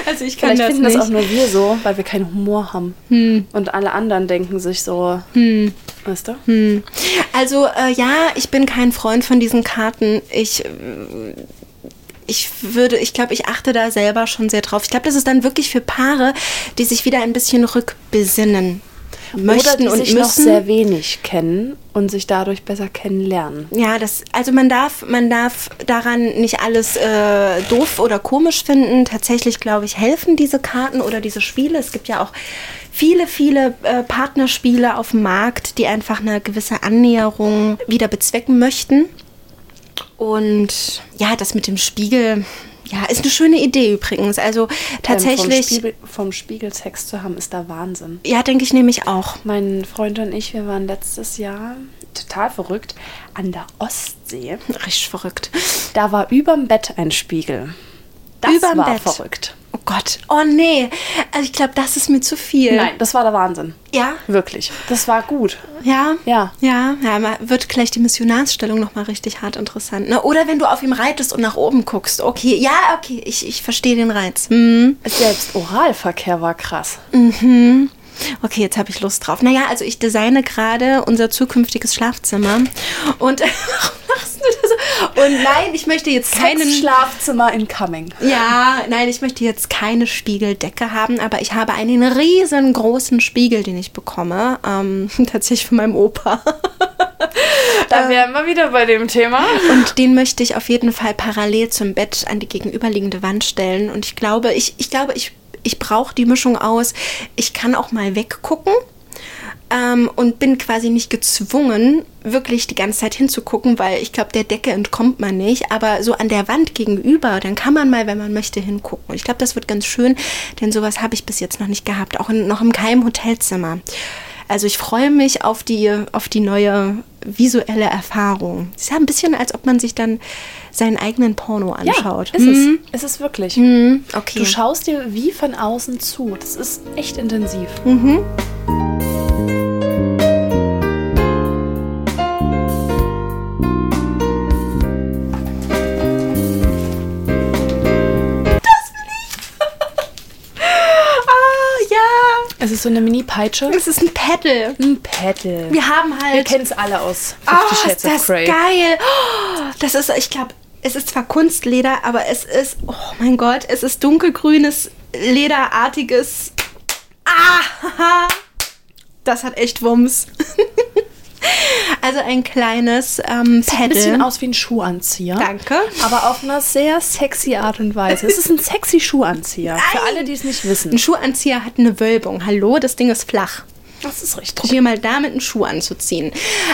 Speaker 2: Also ich kann
Speaker 1: Vielleicht
Speaker 2: das
Speaker 1: finden
Speaker 2: nicht. Hm.
Speaker 1: das auch nur wir so, weil wir keinen Humor haben. Und alle anderen denken sich so, weißt du?
Speaker 2: Also äh, ja, ich bin kein Freund von diesen Karten. Ich äh, ich würde, ich glaube, ich achte da selber schon sehr drauf. Ich glaube, das ist dann wirklich für Paare, die sich wieder ein bisschen rückbesinnen möchten
Speaker 1: Oder die
Speaker 2: und
Speaker 1: sich
Speaker 2: müssen.
Speaker 1: noch sehr wenig kennen und sich dadurch besser kennenlernen.
Speaker 2: ja, das, also man darf, man darf daran nicht alles äh, doof oder komisch finden. Tatsächlich, glaube ich, helfen diese Karten oder diese Spiele. Es gibt ja auch viele, viele äh, Partnerspiele auf dem Markt, die einfach eine gewisse Annäherung wieder bezwecken möchten. Und ja, das mit dem Spiegel, ja, ist eine schöne Idee übrigens. Also
Speaker 1: Ähm, vom,
Speaker 2: tatsächlich,
Speaker 1: Spiegel, vom Spiegel Sex zu haben, ist da Wahnsinn.
Speaker 2: ja, denke ich nämlich auch.
Speaker 1: Mein Freund und ich, wir waren letztes Jahr total verrückt an der Ostsee.
Speaker 2: Richtig verrückt.
Speaker 1: Da war überm Bett ein Spiegel. Das
Speaker 2: Überm
Speaker 1: war
Speaker 2: Bett.
Speaker 1: verrückt.
Speaker 2: Oh Gott, oh nee. Also ich glaube, das ist mir zu viel.
Speaker 1: Nein, das war der Wahnsinn.
Speaker 2: Ja?
Speaker 1: Wirklich. Das war gut.
Speaker 2: Ja.
Speaker 1: Ja.
Speaker 2: Ja, ja ma- wird gleich die Missionarsstellung nochmal richtig hart interessant. Ne? Oder wenn du auf ihm reitest und nach oben guckst. Okay, ja, okay, ich, ich verstehe den Reiz. Hm.
Speaker 1: Selbst Oralverkehr war krass.
Speaker 2: Okay, jetzt habe ich Lust drauf. Naja, also ich designe gerade unser zukünftiges Schlafzimmer. Und warum lachst du da so? Und nein, ich möchte jetzt keinen...
Speaker 1: Kein Schlafzimmer incoming.
Speaker 2: Ja, nein, ich möchte jetzt keine Spiegeldecke haben, aber ich habe einen riesengroßen Spiegel, den ich bekomme. Ähm, tatsächlich von meinem Opa.
Speaker 1: Da wären wir wieder bei dem Thema.
Speaker 2: Und den möchte ich auf jeden Fall parallel zum Bett an die gegenüberliegende Wand stellen. Und ich glaube, ich, ich glaube, ich, ich brauche die Mischung aus. Ich kann auch mal weggucken. Ähm, und bin quasi nicht gezwungen, wirklich die ganze Zeit hinzugucken, weil ich glaube, der Decke entkommt man nicht. Aber so an der Wand gegenüber, dann kann man mal, wenn man möchte, hingucken. Und ich glaube, das wird ganz schön, denn sowas habe ich bis jetzt noch nicht gehabt. Auch in, noch in keinem Hotelzimmer. Also ich freue mich auf die, auf die neue visuelle Erfahrung. Es ist ja ein bisschen, als ob man sich dann seinen eigenen Porno anschaut.
Speaker 1: ist es. Ist es wirklich.
Speaker 2: Hm, okay.
Speaker 1: Du schaust dir wie von außen zu. Das ist echt intensiv.
Speaker 2: ah, ja.
Speaker 1: Es ist so eine Mini-Peitsche.
Speaker 2: Es ist ein Pedal.
Speaker 1: Ein Paddle.
Speaker 2: Wir haben
Speaker 1: Wir
Speaker 2: halt
Speaker 1: kennen es alle aus Fifty
Speaker 2: Ah,
Speaker 1: Shades
Speaker 2: ist das
Speaker 1: of Grey.
Speaker 2: geil. Oh, Das ist, ich glaube, es ist zwar Kunstleder, aber es ist, oh mein Gott, es ist dunkelgrünes, lederartiges. Ah, das hat echt Wumms. also ein kleines ähm,
Speaker 1: Ein bisschen
Speaker 2: Pedal.
Speaker 1: aus wie ein Schuhanzieher.
Speaker 2: Danke.
Speaker 1: Aber auf einer sehr sexy Art und Weise. Es ist ein sexy Schuhanzieher. Für alle, die es nicht
Speaker 2: Ein
Speaker 1: wissen.
Speaker 2: Schuhanzieher hat eine Wölbung. Hallo, das Ding ist flach.
Speaker 1: Das ist richtig.
Speaker 2: Probier mal damit einen Schuh anzuziehen.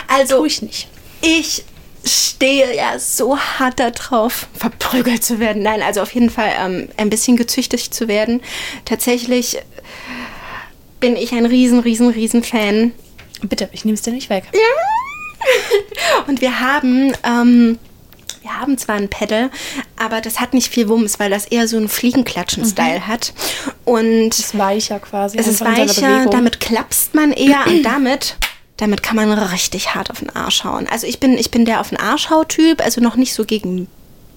Speaker 2: Also ich nicht. Ich stehe ja so hart darauf, verprügelt zu werden. Nein, also auf jeden Fall ähm, ein bisschen gezüchtigt zu werden. Tatsächlich bin ich ein riesen, riesen, riesen Fan.
Speaker 1: Bitte, ich nehme es dir nicht weg.
Speaker 2: Und wir haben, ähm, wir haben zwar ein Pedal, aber das hat nicht viel Wumms, weil das eher so einen Fliegenklatschen-Style hat. Und
Speaker 1: Es ist weicher quasi.
Speaker 2: Es ist
Speaker 1: einfach in seiner
Speaker 2: weicher,
Speaker 1: Bewegung.
Speaker 2: damit klappst man eher und damit, damit kann man richtig hart auf den Arsch hauen. Also ich bin, ich bin der auf den Arsch typ also noch nicht so gegen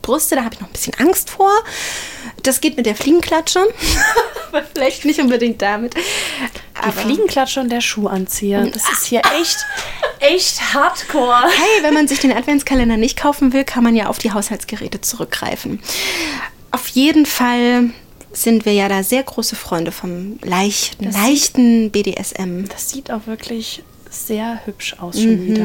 Speaker 2: Brüste, da habe ich noch ein bisschen Angst vor. Das geht mit der Fliegenklatsche, aber vielleicht nicht unbedingt damit.
Speaker 1: Die Fliegenklatsche und der Schuhanzieher. Das ist hier echt, echt hardcore.
Speaker 2: Hey, wenn man sich den Adventskalender nicht kaufen will, kann man ja auf die Haushaltsgeräte zurückgreifen. Auf jeden Fall sind wir ja da sehr große Freunde vom leichten, leichten BDSM.
Speaker 1: Das sieht auch wirklich sehr hübsch aus
Speaker 2: Mhm.
Speaker 1: schon wieder.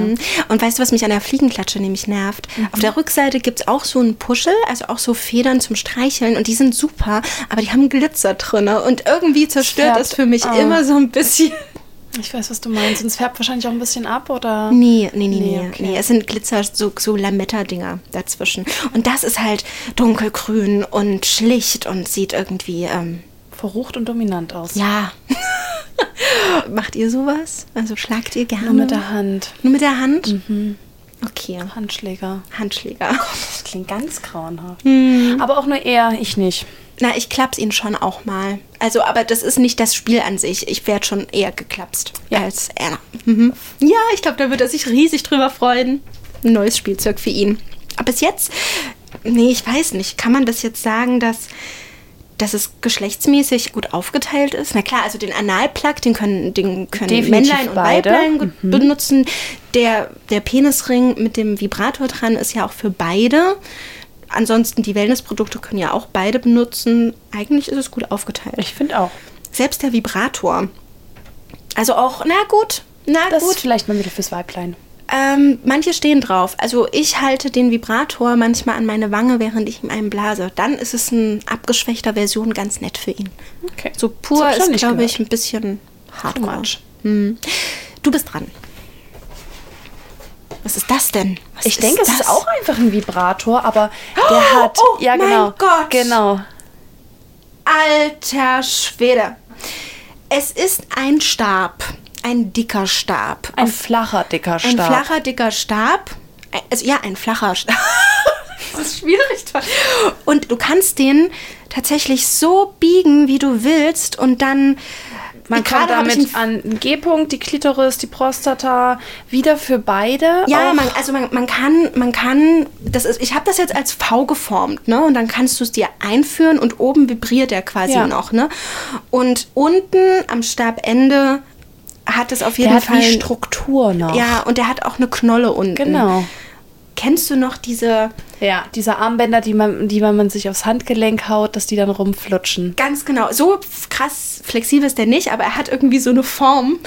Speaker 2: Und weißt du, was mich an der Fliegenklatsche nämlich nervt?
Speaker 1: Mhm.
Speaker 2: Auf der Rückseite gibt es auch so einen Puschel, also auch so Federn zum Streicheln und die sind super, aber die haben Glitzer drin ne? und irgendwie zerstört
Speaker 1: Färbt
Speaker 2: das für mich
Speaker 1: ab.
Speaker 2: immer so ein bisschen.
Speaker 1: Ich weiß, was du meinst. Und es färbt wahrscheinlich auch ein bisschen ab, oder?
Speaker 2: Nee, nee, nee, nee. nee,
Speaker 1: okay.
Speaker 2: Es sind Glitzer, so, so Lametta-Dinger dazwischen. Und das ist halt dunkelgrün und schlicht und sieht irgendwie, ähm,
Speaker 1: Verrucht und dominant aus.
Speaker 2: ja. Macht ihr sowas? Also schlagt ihr gerne?
Speaker 1: Nur mit der Hand. Mhm.
Speaker 2: Nur mit der Hand? Okay.
Speaker 1: Handschläger. Oh Hm.
Speaker 2: Handschläger.
Speaker 1: Das klingt ganz grauenhaft. Aber auch nur er, ich nicht.
Speaker 2: Na, ich klaps ihn schon auch mal. Also, aber das ist nicht das Spiel an sich. Ich werde schon eher geklapst
Speaker 1: Ja.
Speaker 2: als er. Mhm. Ja, ich glaube, da wird er sich riesig drüber freuen. Ein neues Spielzeug für ihn. Aber bis jetzt, nee, ich weiß nicht. Kann man das jetzt sagen, dass, dass es geschlechtsmäßig gut aufgeteilt ist? Na klar, also den Analplug, den können, den können
Speaker 1: Definitiv
Speaker 2: Männlein und
Speaker 1: beide.
Speaker 2: Weiblein gut Mhm. benutzen. Der, der Penisring mit dem Vibrator dran ist ja auch für beide. Ansonsten, die Wellnessprodukte können ja auch beide benutzen. Eigentlich ist es gut aufgeteilt.
Speaker 1: Ich finde auch.
Speaker 2: Selbst der Vibrator. Also auch, na gut, na
Speaker 1: Das
Speaker 2: gut.
Speaker 1: ist vielleicht mal wieder fürs Weiblein.
Speaker 2: Ähm, manche stehen drauf. Also ich halte den Vibrator manchmal an meine Wange, während ich ihm einen blase. Dann ist es eine abgeschwächter Version ganz nett für ihn.
Speaker 1: Okay.
Speaker 2: So pur
Speaker 1: Das hab ich noch
Speaker 2: ist,
Speaker 1: nicht
Speaker 2: glaube ich,
Speaker 1: gehört.
Speaker 2: ein bisschen
Speaker 1: Too
Speaker 2: hardcore.
Speaker 1: much.
Speaker 2: Hm. Du bist dran. Was ist das denn? Was
Speaker 1: Ich denke, es
Speaker 2: das?
Speaker 1: ist auch einfach ein Vibrator, aber der
Speaker 2: Oh,
Speaker 1: hat.
Speaker 2: oh
Speaker 1: ja,
Speaker 2: mein
Speaker 1: genau.
Speaker 2: Gott.
Speaker 1: Genau.
Speaker 2: Alter Schwede. Es ist ein Stab. Ein dicker Stab.
Speaker 1: Ein flacher, dicker Stab.
Speaker 2: Ein flacher, dicker Stab. Ein- Also ja, ein flacher Stab. das ist schwierig. toll. Und du kannst den tatsächlich so biegen, wie du willst und dann...
Speaker 1: Man kann
Speaker 2: Gerade hab ich
Speaker 1: damit
Speaker 2: einen-
Speaker 1: an den G-Punkt, die Klitoris, die Prostata, wieder für beide.
Speaker 2: Ja,
Speaker 1: auch-
Speaker 2: man, also man, man kann, man kann, das ist, ich habe das jetzt als V geformt, ne? Und dann kannst du es dir einführen und oben vibriert er quasi
Speaker 1: Ja.
Speaker 2: noch, ne? Und unten am Stabende hat es auf jeden
Speaker 1: der hat
Speaker 2: Fall
Speaker 1: die Struktur noch.
Speaker 2: Ja, und der hat auch eine Knolle unten.
Speaker 1: Genau.
Speaker 2: Kennst du noch diese,
Speaker 1: Ja, diese Armbänder, die man, die man sich aufs Handgelenk haut, dass die dann rumflutschen.
Speaker 2: ganz genau, so f- krass flexibel ist der nicht, aber er hat irgendwie so eine Form.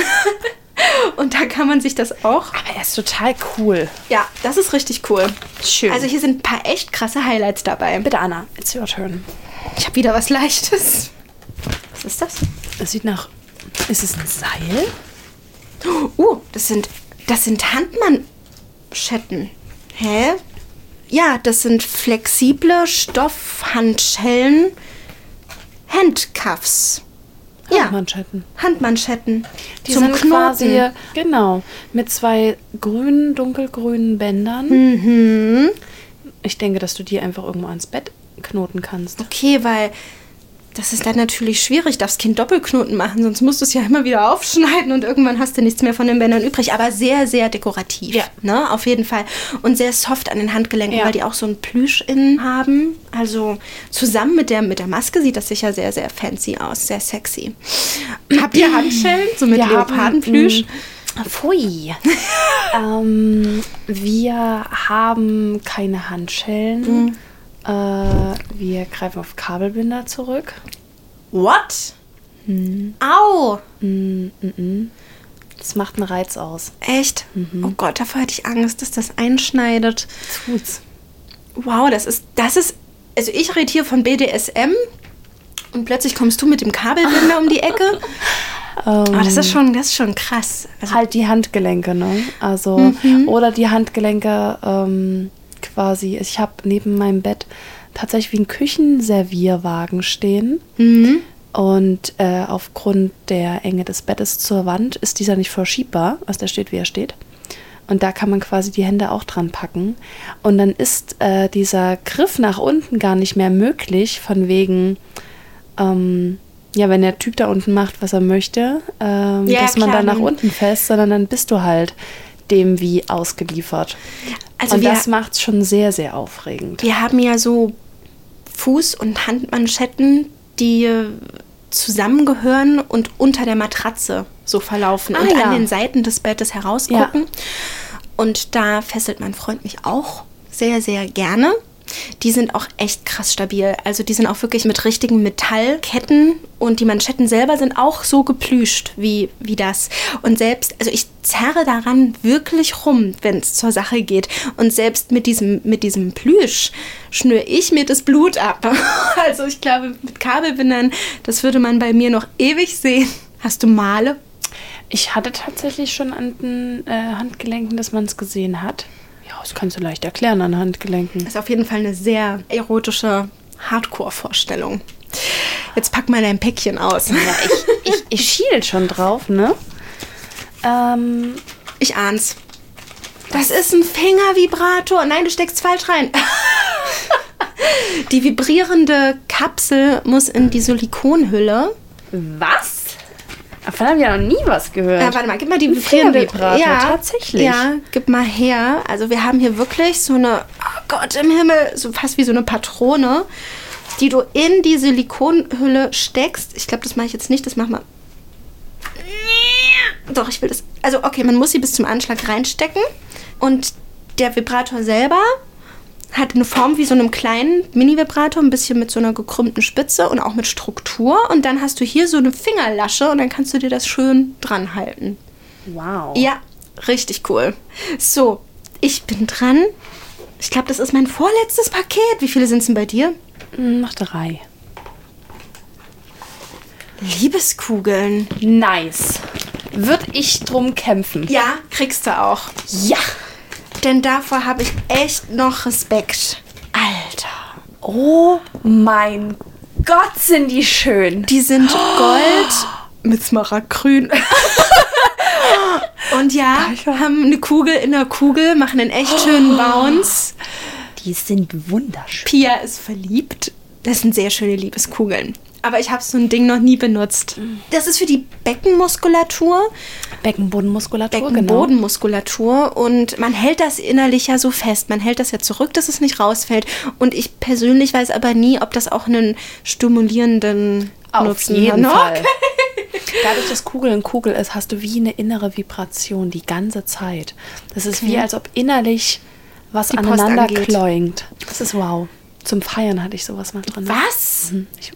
Speaker 2: und da kann man sich das auch.
Speaker 1: Aber er Ah, ist total cool.
Speaker 2: Ja, das ist richtig cool.
Speaker 1: Schön.
Speaker 2: Also hier sind ein paar echt krasse Highlights dabei.
Speaker 1: Bitte, Anna, it's your turn.
Speaker 2: Ich habe wieder was Leichtes. Was ist das?
Speaker 1: Es sieht nach. Ist es ein Seil?
Speaker 2: Uh, das sind, das sind Handmanschetten. Hä? Ja, das sind flexible Stoffhandschellen. Handcuffs. Ja,
Speaker 1: Manschetten.
Speaker 2: Handmanschetten.
Speaker 1: Die sind quasi. Genau. Mit zwei grünen, dunkelgrünen Bändern. Mhm. Ich denke, dass du die einfach irgendwo ans Bett knoten kannst.
Speaker 2: Okay, weil das ist dann natürlich schwierig. Darfst keinen Doppelknoten machen, sonst musst du es ja immer wieder aufschneiden und irgendwann hast du nichts mehr von den Bändern übrig. Aber sehr, sehr dekorativ.
Speaker 1: Ja.
Speaker 2: Ne? Auf jeden Fall. Und sehr soft an den Handgelenken,
Speaker 1: Ja.
Speaker 2: weil die auch so ein Plüsch innen haben. Also zusammen mit der, mit der Maske sieht das sicher sehr, sehr fancy aus. Sehr sexy. Habt ihr Handschellen? So mit
Speaker 1: Wir haben,
Speaker 2: Leopardenplüsch?
Speaker 1: mh, Pfui. ähm, wir haben keine Handschellen.
Speaker 2: Mhm.
Speaker 1: Äh, wir greifen auf Kabelbinder zurück.
Speaker 2: What?
Speaker 1: Hm.
Speaker 2: Au!
Speaker 1: Das macht einen Reiz aus.
Speaker 2: Echt?
Speaker 1: Mhm.
Speaker 2: Oh Gott, davor hatte ich Angst, dass das einschneidet.
Speaker 1: Tut's.
Speaker 2: Wow, das ist, das ist, also ich rede hier von BDSM und plötzlich kommst du mit dem Kabelbinder um die Ecke.
Speaker 1: Ähm,
Speaker 2: Aber das ist schon, das ist schon krass. Also,
Speaker 1: halt die Handgelenke, ne? Also,
Speaker 2: Mhm.
Speaker 1: oder die Handgelenke ähm, quasi. Ich habe neben meinem Bett tatsächlich wie einen Küchenservierwagen stehen. Und äh, aufgrund der Enge des Bettes zur Wand ist dieser nicht verschiebbar, was der steht, wie er steht. Und da kann man quasi die Hände auch dran packen. Und dann ist äh, dieser Griff nach unten gar nicht mehr möglich, von wegen, ähm, ja, wenn der Typ da unten macht, was er möchte, ähm,
Speaker 2: Ja,
Speaker 1: dass man
Speaker 2: klar,
Speaker 1: dann nach
Speaker 2: dann-
Speaker 1: unten fällt, sondern dann bist du halt dem wie ausgeliefert.
Speaker 2: Also
Speaker 1: Und
Speaker 2: wir-
Speaker 1: das macht es schon sehr, sehr aufregend.
Speaker 2: wir haben ja so Fuß- und Handmanschetten, die äh, zusammengehören und unter der Matratze so verlaufen
Speaker 1: Ah,
Speaker 2: und
Speaker 1: ja.
Speaker 2: an den Seiten des Bettes herausgucken. Und da fesselt mein Freund mich auch sehr, sehr gerne. Die sind auch echt krass stabil. Also die sind auch wirklich mit richtigen Metallketten und die Manschetten selber sind auch so geplüscht wie, wie das. Und selbst, also ich zerre daran wirklich rum, wenn es zur Sache geht. Und selbst mit diesem, mit diesem Plüsch schnür ich mir das Blut ab. Also ich glaube, mit Kabelbindern, das würde man bei mir noch ewig sehen. Hast du Male?
Speaker 1: Ich hatte tatsächlich schon an den äh, Handgelenken, dass man es gesehen hat. Ja, das kannst du leicht erklären an Handgelenken.
Speaker 2: Ist auf jeden Fall eine sehr erotische Hardcore-Vorstellung. Jetzt pack mal dein Päckchen aus.
Speaker 1: Ich, ich, ich schiel schon drauf, ne? Ähm,
Speaker 2: Ich ahn's. Das ist ein Fingervibrator. Nein, du steckst falsch rein. Die vibrierende Kapsel muss in die Silikonhülle.
Speaker 1: was? Davon habe ich ja noch nie was gehört.
Speaker 2: Äh, warte mal, gib mal die
Speaker 1: Ein
Speaker 2: vibrierende.
Speaker 1: Fingervibrator, tatsächlich.
Speaker 2: Ja, gib mal her. Also wir haben hier wirklich so eine, oh Gott im Himmel, so fast wie so eine Patrone, die du in die Silikonhülle steckst. Ich glaube, das mache ich jetzt nicht, das machen wir. Doch, ich will das. Also okay, man muss sie bis zum Anschlag reinstecken. Und der Vibrator selber hat eine Form wie so einem kleinen Mini-Vibrator, ein bisschen mit so einer gekrümmten Spitze und auch mit Struktur. Und dann hast du hier so eine Fingerlasche und dann kannst du dir das schön dran halten.
Speaker 1: Wow.
Speaker 2: Ja, richtig cool. So, ich bin dran. Ich glaube, das ist mein vorletztes Paket. Wie viele sind es denn bei dir?
Speaker 1: Hm, Noch drei.
Speaker 2: Liebeskugeln.
Speaker 1: Nice. Würde ich drum kämpfen?
Speaker 2: Ja, kriegst du auch.
Speaker 1: Ja.
Speaker 2: Denn davor habe ich echt noch Respekt. Alter.
Speaker 1: Oh mein Gott, sind die schön.
Speaker 2: Die sind Gold mit Smaragdgrün. Und ja, haben eine Kugel in der Kugel, machen einen echt schönen Bounce.
Speaker 1: Die sind wunderschön.
Speaker 2: Pia ist verliebt. Das sind sehr schöne Liebeskugeln. Aber ich habe so ein Ding noch nie benutzt. Das ist für die Beckenmuskulatur,
Speaker 1: Oh, Beckenbodenmuskulatur, genau.
Speaker 2: Beckenbodenmuskulatur und man hält das innerlich ja so fest. Man hält das ja zurück, dass es nicht rausfällt. Und ich persönlich weiß aber nie, ob das auch einen stimulierenden
Speaker 1: Auf
Speaker 2: Nutzen ne?
Speaker 1: jeden
Speaker 2: hat.
Speaker 1: Fall. Dadurch, dass Kugel in Kugel ist, hast du wie eine innere Vibration die ganze Zeit. Das ist wie, als ob innerlich was
Speaker 2: Die Post
Speaker 1: aneinander
Speaker 2: angeht.
Speaker 1: kleunt. Das ist wow. Zum Feiern hatte ich sowas mal drin.
Speaker 2: Was?
Speaker 1: Mhm. Ich,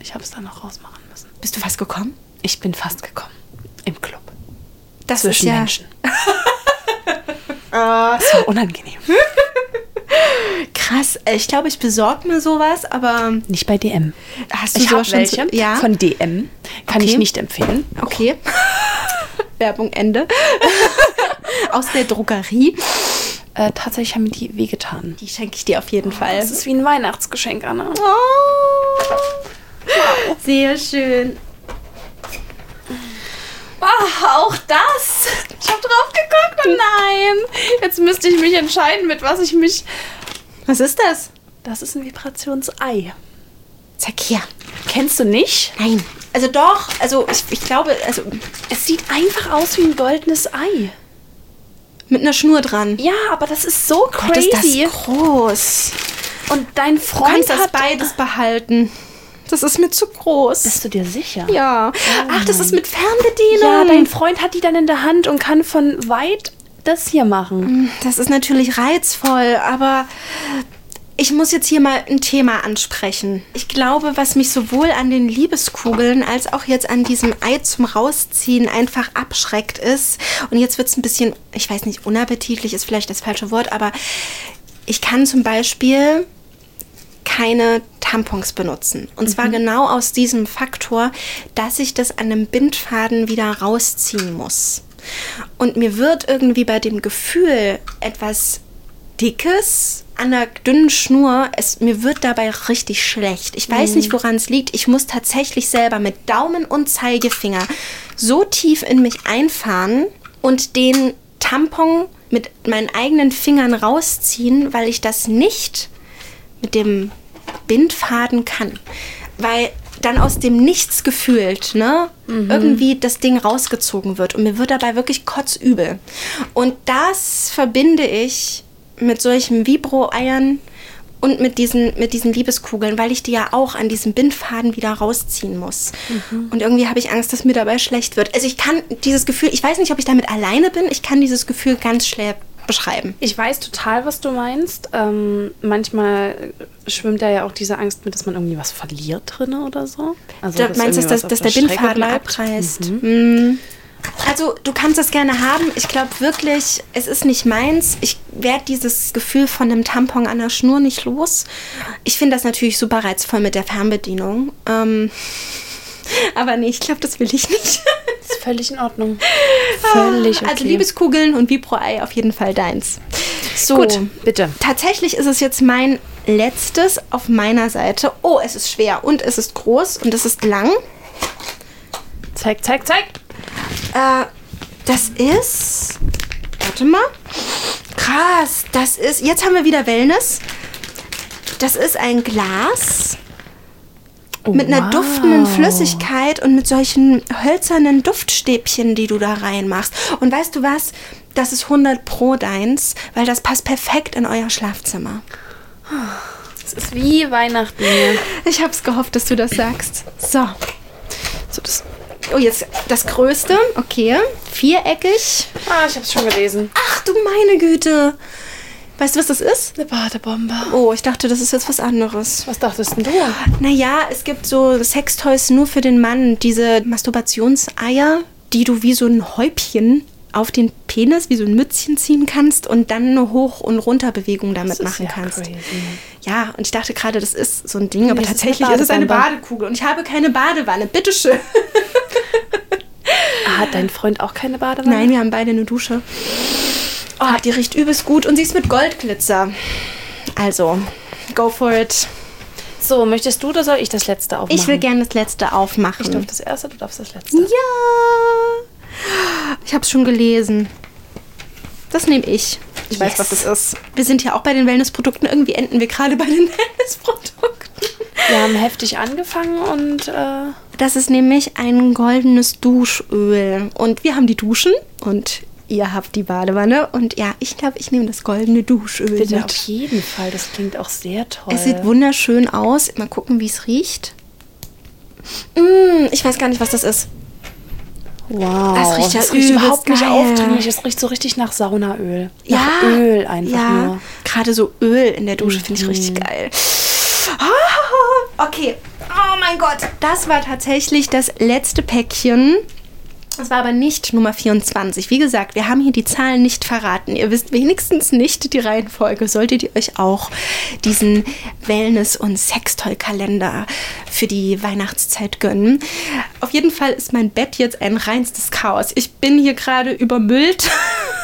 Speaker 1: ich habe es dann noch rausmachen müssen.
Speaker 2: Bist du fast gekommen?
Speaker 1: Ich bin fast gekommen. Im Club.
Speaker 2: Das
Speaker 1: Zwischen
Speaker 2: ist ja,
Speaker 1: Menschen.
Speaker 2: Ah.
Speaker 1: das war unangenehm.
Speaker 2: Krass. Äh, Ich glaube, ich besorge mir sowas, aber ähm,
Speaker 1: Nicht bei DM.
Speaker 2: hast du
Speaker 1: Ich habe
Speaker 2: sowas schon?
Speaker 1: welche
Speaker 2: Zu, ja.
Speaker 1: von DM. Kann
Speaker 2: Okay.
Speaker 1: ich nicht empfehlen.
Speaker 2: Okay. Werbung Ende. Aus der Druckerie.
Speaker 1: Äh, tatsächlich haben mir die wehgetan.
Speaker 2: Die schenke ich dir auf jeden Fall.
Speaker 1: Das ist wie ein Weihnachtsgeschenk, Anna.
Speaker 2: Oh, sehr schön.
Speaker 1: Ah, auch das. Ich habe drauf
Speaker 2: oh
Speaker 1: geguckt und nein. Jetzt müsste ich mich entscheiden, mit was ich mich.
Speaker 2: Was ist das?
Speaker 1: Das ist ein Vibrationsei.
Speaker 2: Zeig her.
Speaker 1: Kennst du nicht?
Speaker 2: Nein. Also doch, also ich, ich glaube, also
Speaker 1: Es sieht einfach aus wie ein goldenes Ei.
Speaker 2: mit einer Schnur dran.
Speaker 1: Ja, aber das ist so
Speaker 2: Gott, ist das
Speaker 1: crazy.
Speaker 2: groß.
Speaker 1: und dein
Speaker 2: Du
Speaker 1: Freund
Speaker 2: kannst das
Speaker 1: hat
Speaker 2: beides behalten. Das ist mir zu groß.
Speaker 1: Bist du dir sicher?
Speaker 2: Ja. Ach, das ist mit Fernbedienung.
Speaker 1: Ja, dein Freund hat die dann in der Hand und kann von weit das hier machen.
Speaker 2: Das ist natürlich reizvoll, aber ich muss jetzt hier mal ein Thema ansprechen. Ich glaube, was mich sowohl an den Liebeskugeln als auch jetzt an diesem Ei zum Rausziehen einfach abschreckt ist. Und jetzt wird es ein bisschen, ich weiß nicht, unappetitlich ist vielleicht das falsche Wort, aber ich kann zum Beispiel keine Tampons benutzen. Und zwar genau aus diesem Faktor, dass ich das an einem Bindfaden wieder rausziehen muss. Und mir wird irgendwie bei dem Gefühl etwas Dickes an einer dünnen Schnur, es, mir wird dabei richtig schlecht. Ich weiß nicht, woran es liegt. Ich muss tatsächlich selber mit Daumen und Zeigefinger so tief in mich einfahren und den Tampon mit meinen eigenen Fingern rausziehen, weil ich das nicht mit dem Bindfaden kann. Weil dann aus dem Nichts gefühlt, ne, irgendwie das Ding rausgezogen wird. Und mir wird dabei wirklich kotzübel. Und das verbinde ich mit solchen Vibro-Eiern und mit diesen, mit diesen Liebeskugeln, weil ich die ja auch an diesem Bindfaden wieder rausziehen muss. Und irgendwie habe ich Angst, dass mir dabei schlecht wird. Also ich kann dieses Gefühl, ich weiß nicht, ob ich damit alleine bin, ich kann dieses Gefühl ganz schwer beschreiben.
Speaker 1: Ich weiß total, was du meinst. Ähm, manchmal schwimmt da ja auch diese Angst mit, dass man irgendwie was verliert drinne oder so. Also,
Speaker 2: Du meinst, dass,
Speaker 1: irgendwie was
Speaker 2: das,
Speaker 1: auf
Speaker 2: dass der
Speaker 1: Strecke
Speaker 2: Bindfaden
Speaker 1: bleibt. Mhm.
Speaker 2: abreißt? Mm. Also, du kannst das gerne haben. Ich glaube wirklich, es ist nicht meins. Ich werde dieses Gefühl von einem Tampon an der Schnur nicht los. Ich finde das natürlich super reizvoll mit der Fernbedienung. Ähm, aber nee, ich glaube, das will ich nicht.
Speaker 1: Das Völlig in Ordnung. Völlig okay.
Speaker 2: Also Liebeskugeln und Vibro-Ei auf jeden Fall deins. So,
Speaker 1: Gut, bitte.
Speaker 2: Tatsächlich ist es jetzt mein letztes auf meiner Seite. Oh, es ist schwer und es ist groß und es ist lang.
Speaker 1: Zeig, zeig, zeig.
Speaker 2: Äh, das ist. Warte mal. Krass, das ist. Jetzt haben wir wieder Wellness. Das ist ein Glas
Speaker 1: Oh,
Speaker 2: mit einer
Speaker 1: wow.
Speaker 2: duftenden Flüssigkeit und mit solchen hölzernen Duftstäbchen, die du da reinmachst. Und weißt du was? Das ist 100 Pro deins, weil das passt perfekt in euer Schlafzimmer.
Speaker 1: Es ist wie Weihnachten. hier.
Speaker 2: Ich hab's gehofft, dass du das sagst. So.
Speaker 1: So, das,
Speaker 2: Oh, jetzt das Größte. Okay. Viereckig.
Speaker 1: ah, ich hab's schon gelesen.
Speaker 2: Ach du meine Güte. Weißt du, was das ist?
Speaker 1: Eine Badebombe.
Speaker 2: Oh, ich dachte, das ist jetzt was anderes.
Speaker 1: Was dachtest denn du?
Speaker 2: Naja, es gibt so Sextoys nur für den Mann. Diese Masturbationseier, die du wie so ein Häubchen auf den Penis, wie so ein Mützchen ziehen kannst und dann eine Hoch- und Runterbewegung damit
Speaker 1: ist
Speaker 2: machen
Speaker 1: ja
Speaker 2: kannst.
Speaker 1: crazy.
Speaker 2: Ja, und ich dachte gerade, das ist so ein Ding, aber
Speaker 1: das ist eine
Speaker 2: tatsächlich ist es eine
Speaker 1: Badebombe.
Speaker 2: Badekugel und ich habe keine Badewanne. Bitteschön.
Speaker 1: Hat dein Freund auch keine Badewanne?
Speaker 2: Nein, wir haben beide eine Dusche. Oh, die riecht übelst gut und sie ist mit Goldglitzer. Also, go for it.
Speaker 1: So, möchtest du oder soll ich das letzte aufmachen?
Speaker 2: Ich will gerne das letzte aufmachen.
Speaker 1: Ich darf das erste, du darfst das letzte.
Speaker 2: Ja. Ich habe es schon gelesen. Das nehme ich. Ich weiß, was das ist. Wir sind ja auch bei den Wellnessprodukten. Irgendwie enden wir gerade bei den Wellnessprodukten.
Speaker 1: Wir haben heftig angefangen und äh,
Speaker 2: Das ist nämlich ein goldenes Duschöl. Und wir haben die Duschen und ihr habt die Badewanne. Und ja, ich glaube, ich nehme das goldene Duschöl
Speaker 1: bitte auf
Speaker 2: mit.
Speaker 1: jeden Fall. Das klingt auch sehr toll.
Speaker 2: Es sieht wunderschön aus. Mal gucken, wie es riecht. Mm, ich weiß gar nicht, was das ist.
Speaker 1: wow.
Speaker 2: Das riecht ja
Speaker 1: das riecht
Speaker 2: übelst
Speaker 1: überhaupt nicht
Speaker 2: geil.
Speaker 1: aufdringlich. Es riecht so richtig nach Saunaöl. Nach Öl einfach
Speaker 2: ja.
Speaker 1: nur. Mhm.
Speaker 2: Gerade so Öl in der Dusche finde ich richtig geil. Ah, Okay. Oh mein Gott. Das war tatsächlich das letzte Päckchen. Es war aber nicht Nummer 24. Wie gesagt, wir haben hier die Zahlen nicht verraten. Ihr wisst wenigstens nicht die Reihenfolge. Solltet ihr euch auch diesen Wellness- und Sextoy-Kalender für die Weihnachtszeit gönnen. Auf jeden Fall ist mein Bett jetzt ein reinstes Chaos. Ich bin hier gerade übermüllt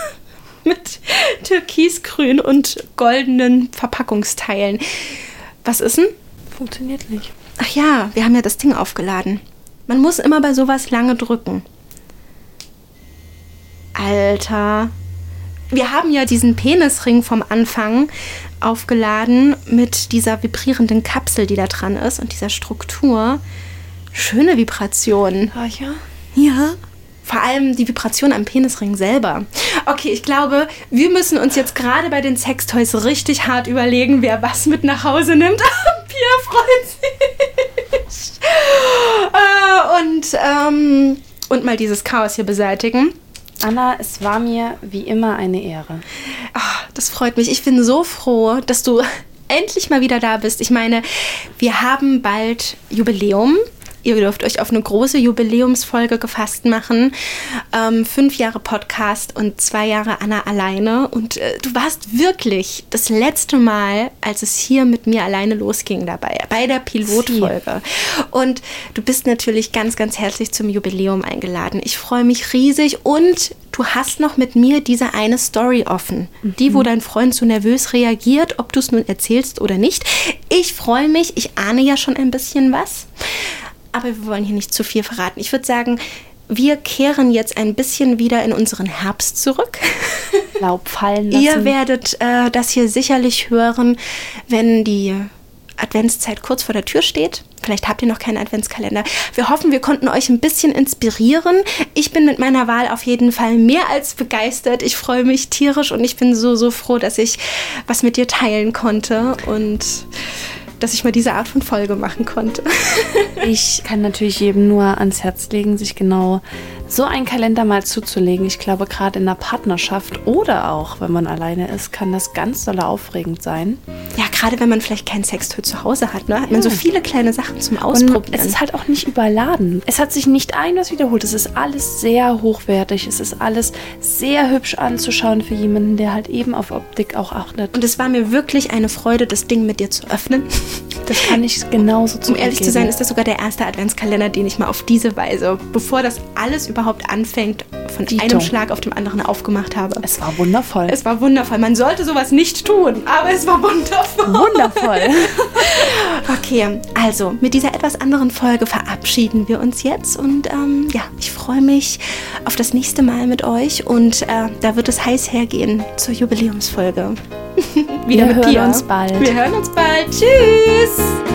Speaker 2: mit türkisgrün und goldenen Verpackungsteilen. Was ist denn?
Speaker 1: Funktioniert nicht.
Speaker 2: Ach ja, wir haben ja das Ding aufgeladen. Man muss immer bei sowas lange drücken. Alter. Wir haben ja diesen Penisring vom Anfang aufgeladen mit dieser vibrierenden Kapsel, die da dran ist und dieser Struktur. Schöne Vibrationen.
Speaker 1: Ah ja?
Speaker 2: Ja. Vor allem die Vibration am Penisring selber. Okay, ich glaube, wir müssen uns jetzt gerade bei den Sextoys richtig hart überlegen, wer was mit nach Hause nimmt. Pia freut sich. Äh, und, ähm, und mal dieses Chaos hier beseitigen.
Speaker 1: Anna, es war mir wie immer eine Ehre.
Speaker 2: Ah, das freut mich. Ich bin so froh, dass du endlich mal wieder da bist. Ich meine, wir haben bald Jubiläum. Ihr dürft euch auf eine große Jubiläumsfolge gefasst machen. Ähm, fünf Jahre Podcast und zwei Jahre Anna alleine. Und äh, du warst wirklich das letzte Mal, als es hier mit mir alleine losging dabei, bei der Pilotfolge. Und du bist natürlich ganz, ganz herzlich zum Jubiläum eingeladen. Ich freue mich riesig und du hast noch mit mir diese eine Story offen. Die, wo dein Freund so nervös reagiert, ob du es nun erzählst oder nicht. Ich freue mich, ich ahne ja schon ein bisschen was. Aber wir wollen hier nicht zu viel verraten. Ich würde sagen, wir kehren jetzt ein bisschen wieder in unseren Herbst zurück.
Speaker 1: Laub fallen lassen.
Speaker 2: Ihr werdet äh, das hier sicherlich hören, wenn die Adventszeit kurz vor der Tür steht. Vielleicht habt ihr noch keinen Adventskalender. Wir hoffen, wir konnten euch ein bisschen inspirieren. Ich bin mit meiner Wahl auf jeden Fall mehr als begeistert. Ich freue mich tierisch und ich bin so, so froh, dass ich was mit dir teilen konnte und dass ich mal diese Art von Folge machen konnte.
Speaker 1: Ich kann natürlich jedem nur ans Herz legen, sich genau so einen Kalender mal zuzulegen. Ich glaube, gerade in einer Partnerschaft oder auch, wenn man alleine ist, kann das ganz doll aufregend sein.
Speaker 2: Ja, gerade wenn man vielleicht keinen Sextoy zu Hause hat, ne? hat man so viele kleine Sachen zum
Speaker 1: Und
Speaker 2: Ausprobieren.
Speaker 1: es ist halt auch nicht überladen. Es hat sich nicht ein was wiederholt. Es ist alles sehr hochwertig. Es ist alles sehr hübsch anzuschauen für jemanden, der halt eben auf Optik auch achtet.
Speaker 2: Und es war mir wirklich eine Freude, das Ding mit dir zu öffnen.
Speaker 1: Das kann ich genauso
Speaker 2: Um ehrlich zu sein, ist das sogar der erste Adventskalender, den ich mal auf diese Weise, bevor das alles überhaupt anfängt, von
Speaker 1: Dito.
Speaker 2: einem Schlag auf dem anderen aufgemacht habe.
Speaker 1: es war wundervoll.
Speaker 2: Es war wundervoll. Man sollte sowas nicht tun, aber es war wundervoll.
Speaker 1: wundervoll.
Speaker 2: Okay, also mit dieser etwas anderen Folge verabschieden wir uns jetzt und ähm, ja, ich freue mich auf das nächste Mal mit euch und äh, da wird es heiß hergehen zur Jubiläumsfolge.
Speaker 1: Wir
Speaker 2: Wieder mit
Speaker 1: hören
Speaker 2: Pia.
Speaker 1: uns bald.
Speaker 2: Wir hören uns bald. Tschüss.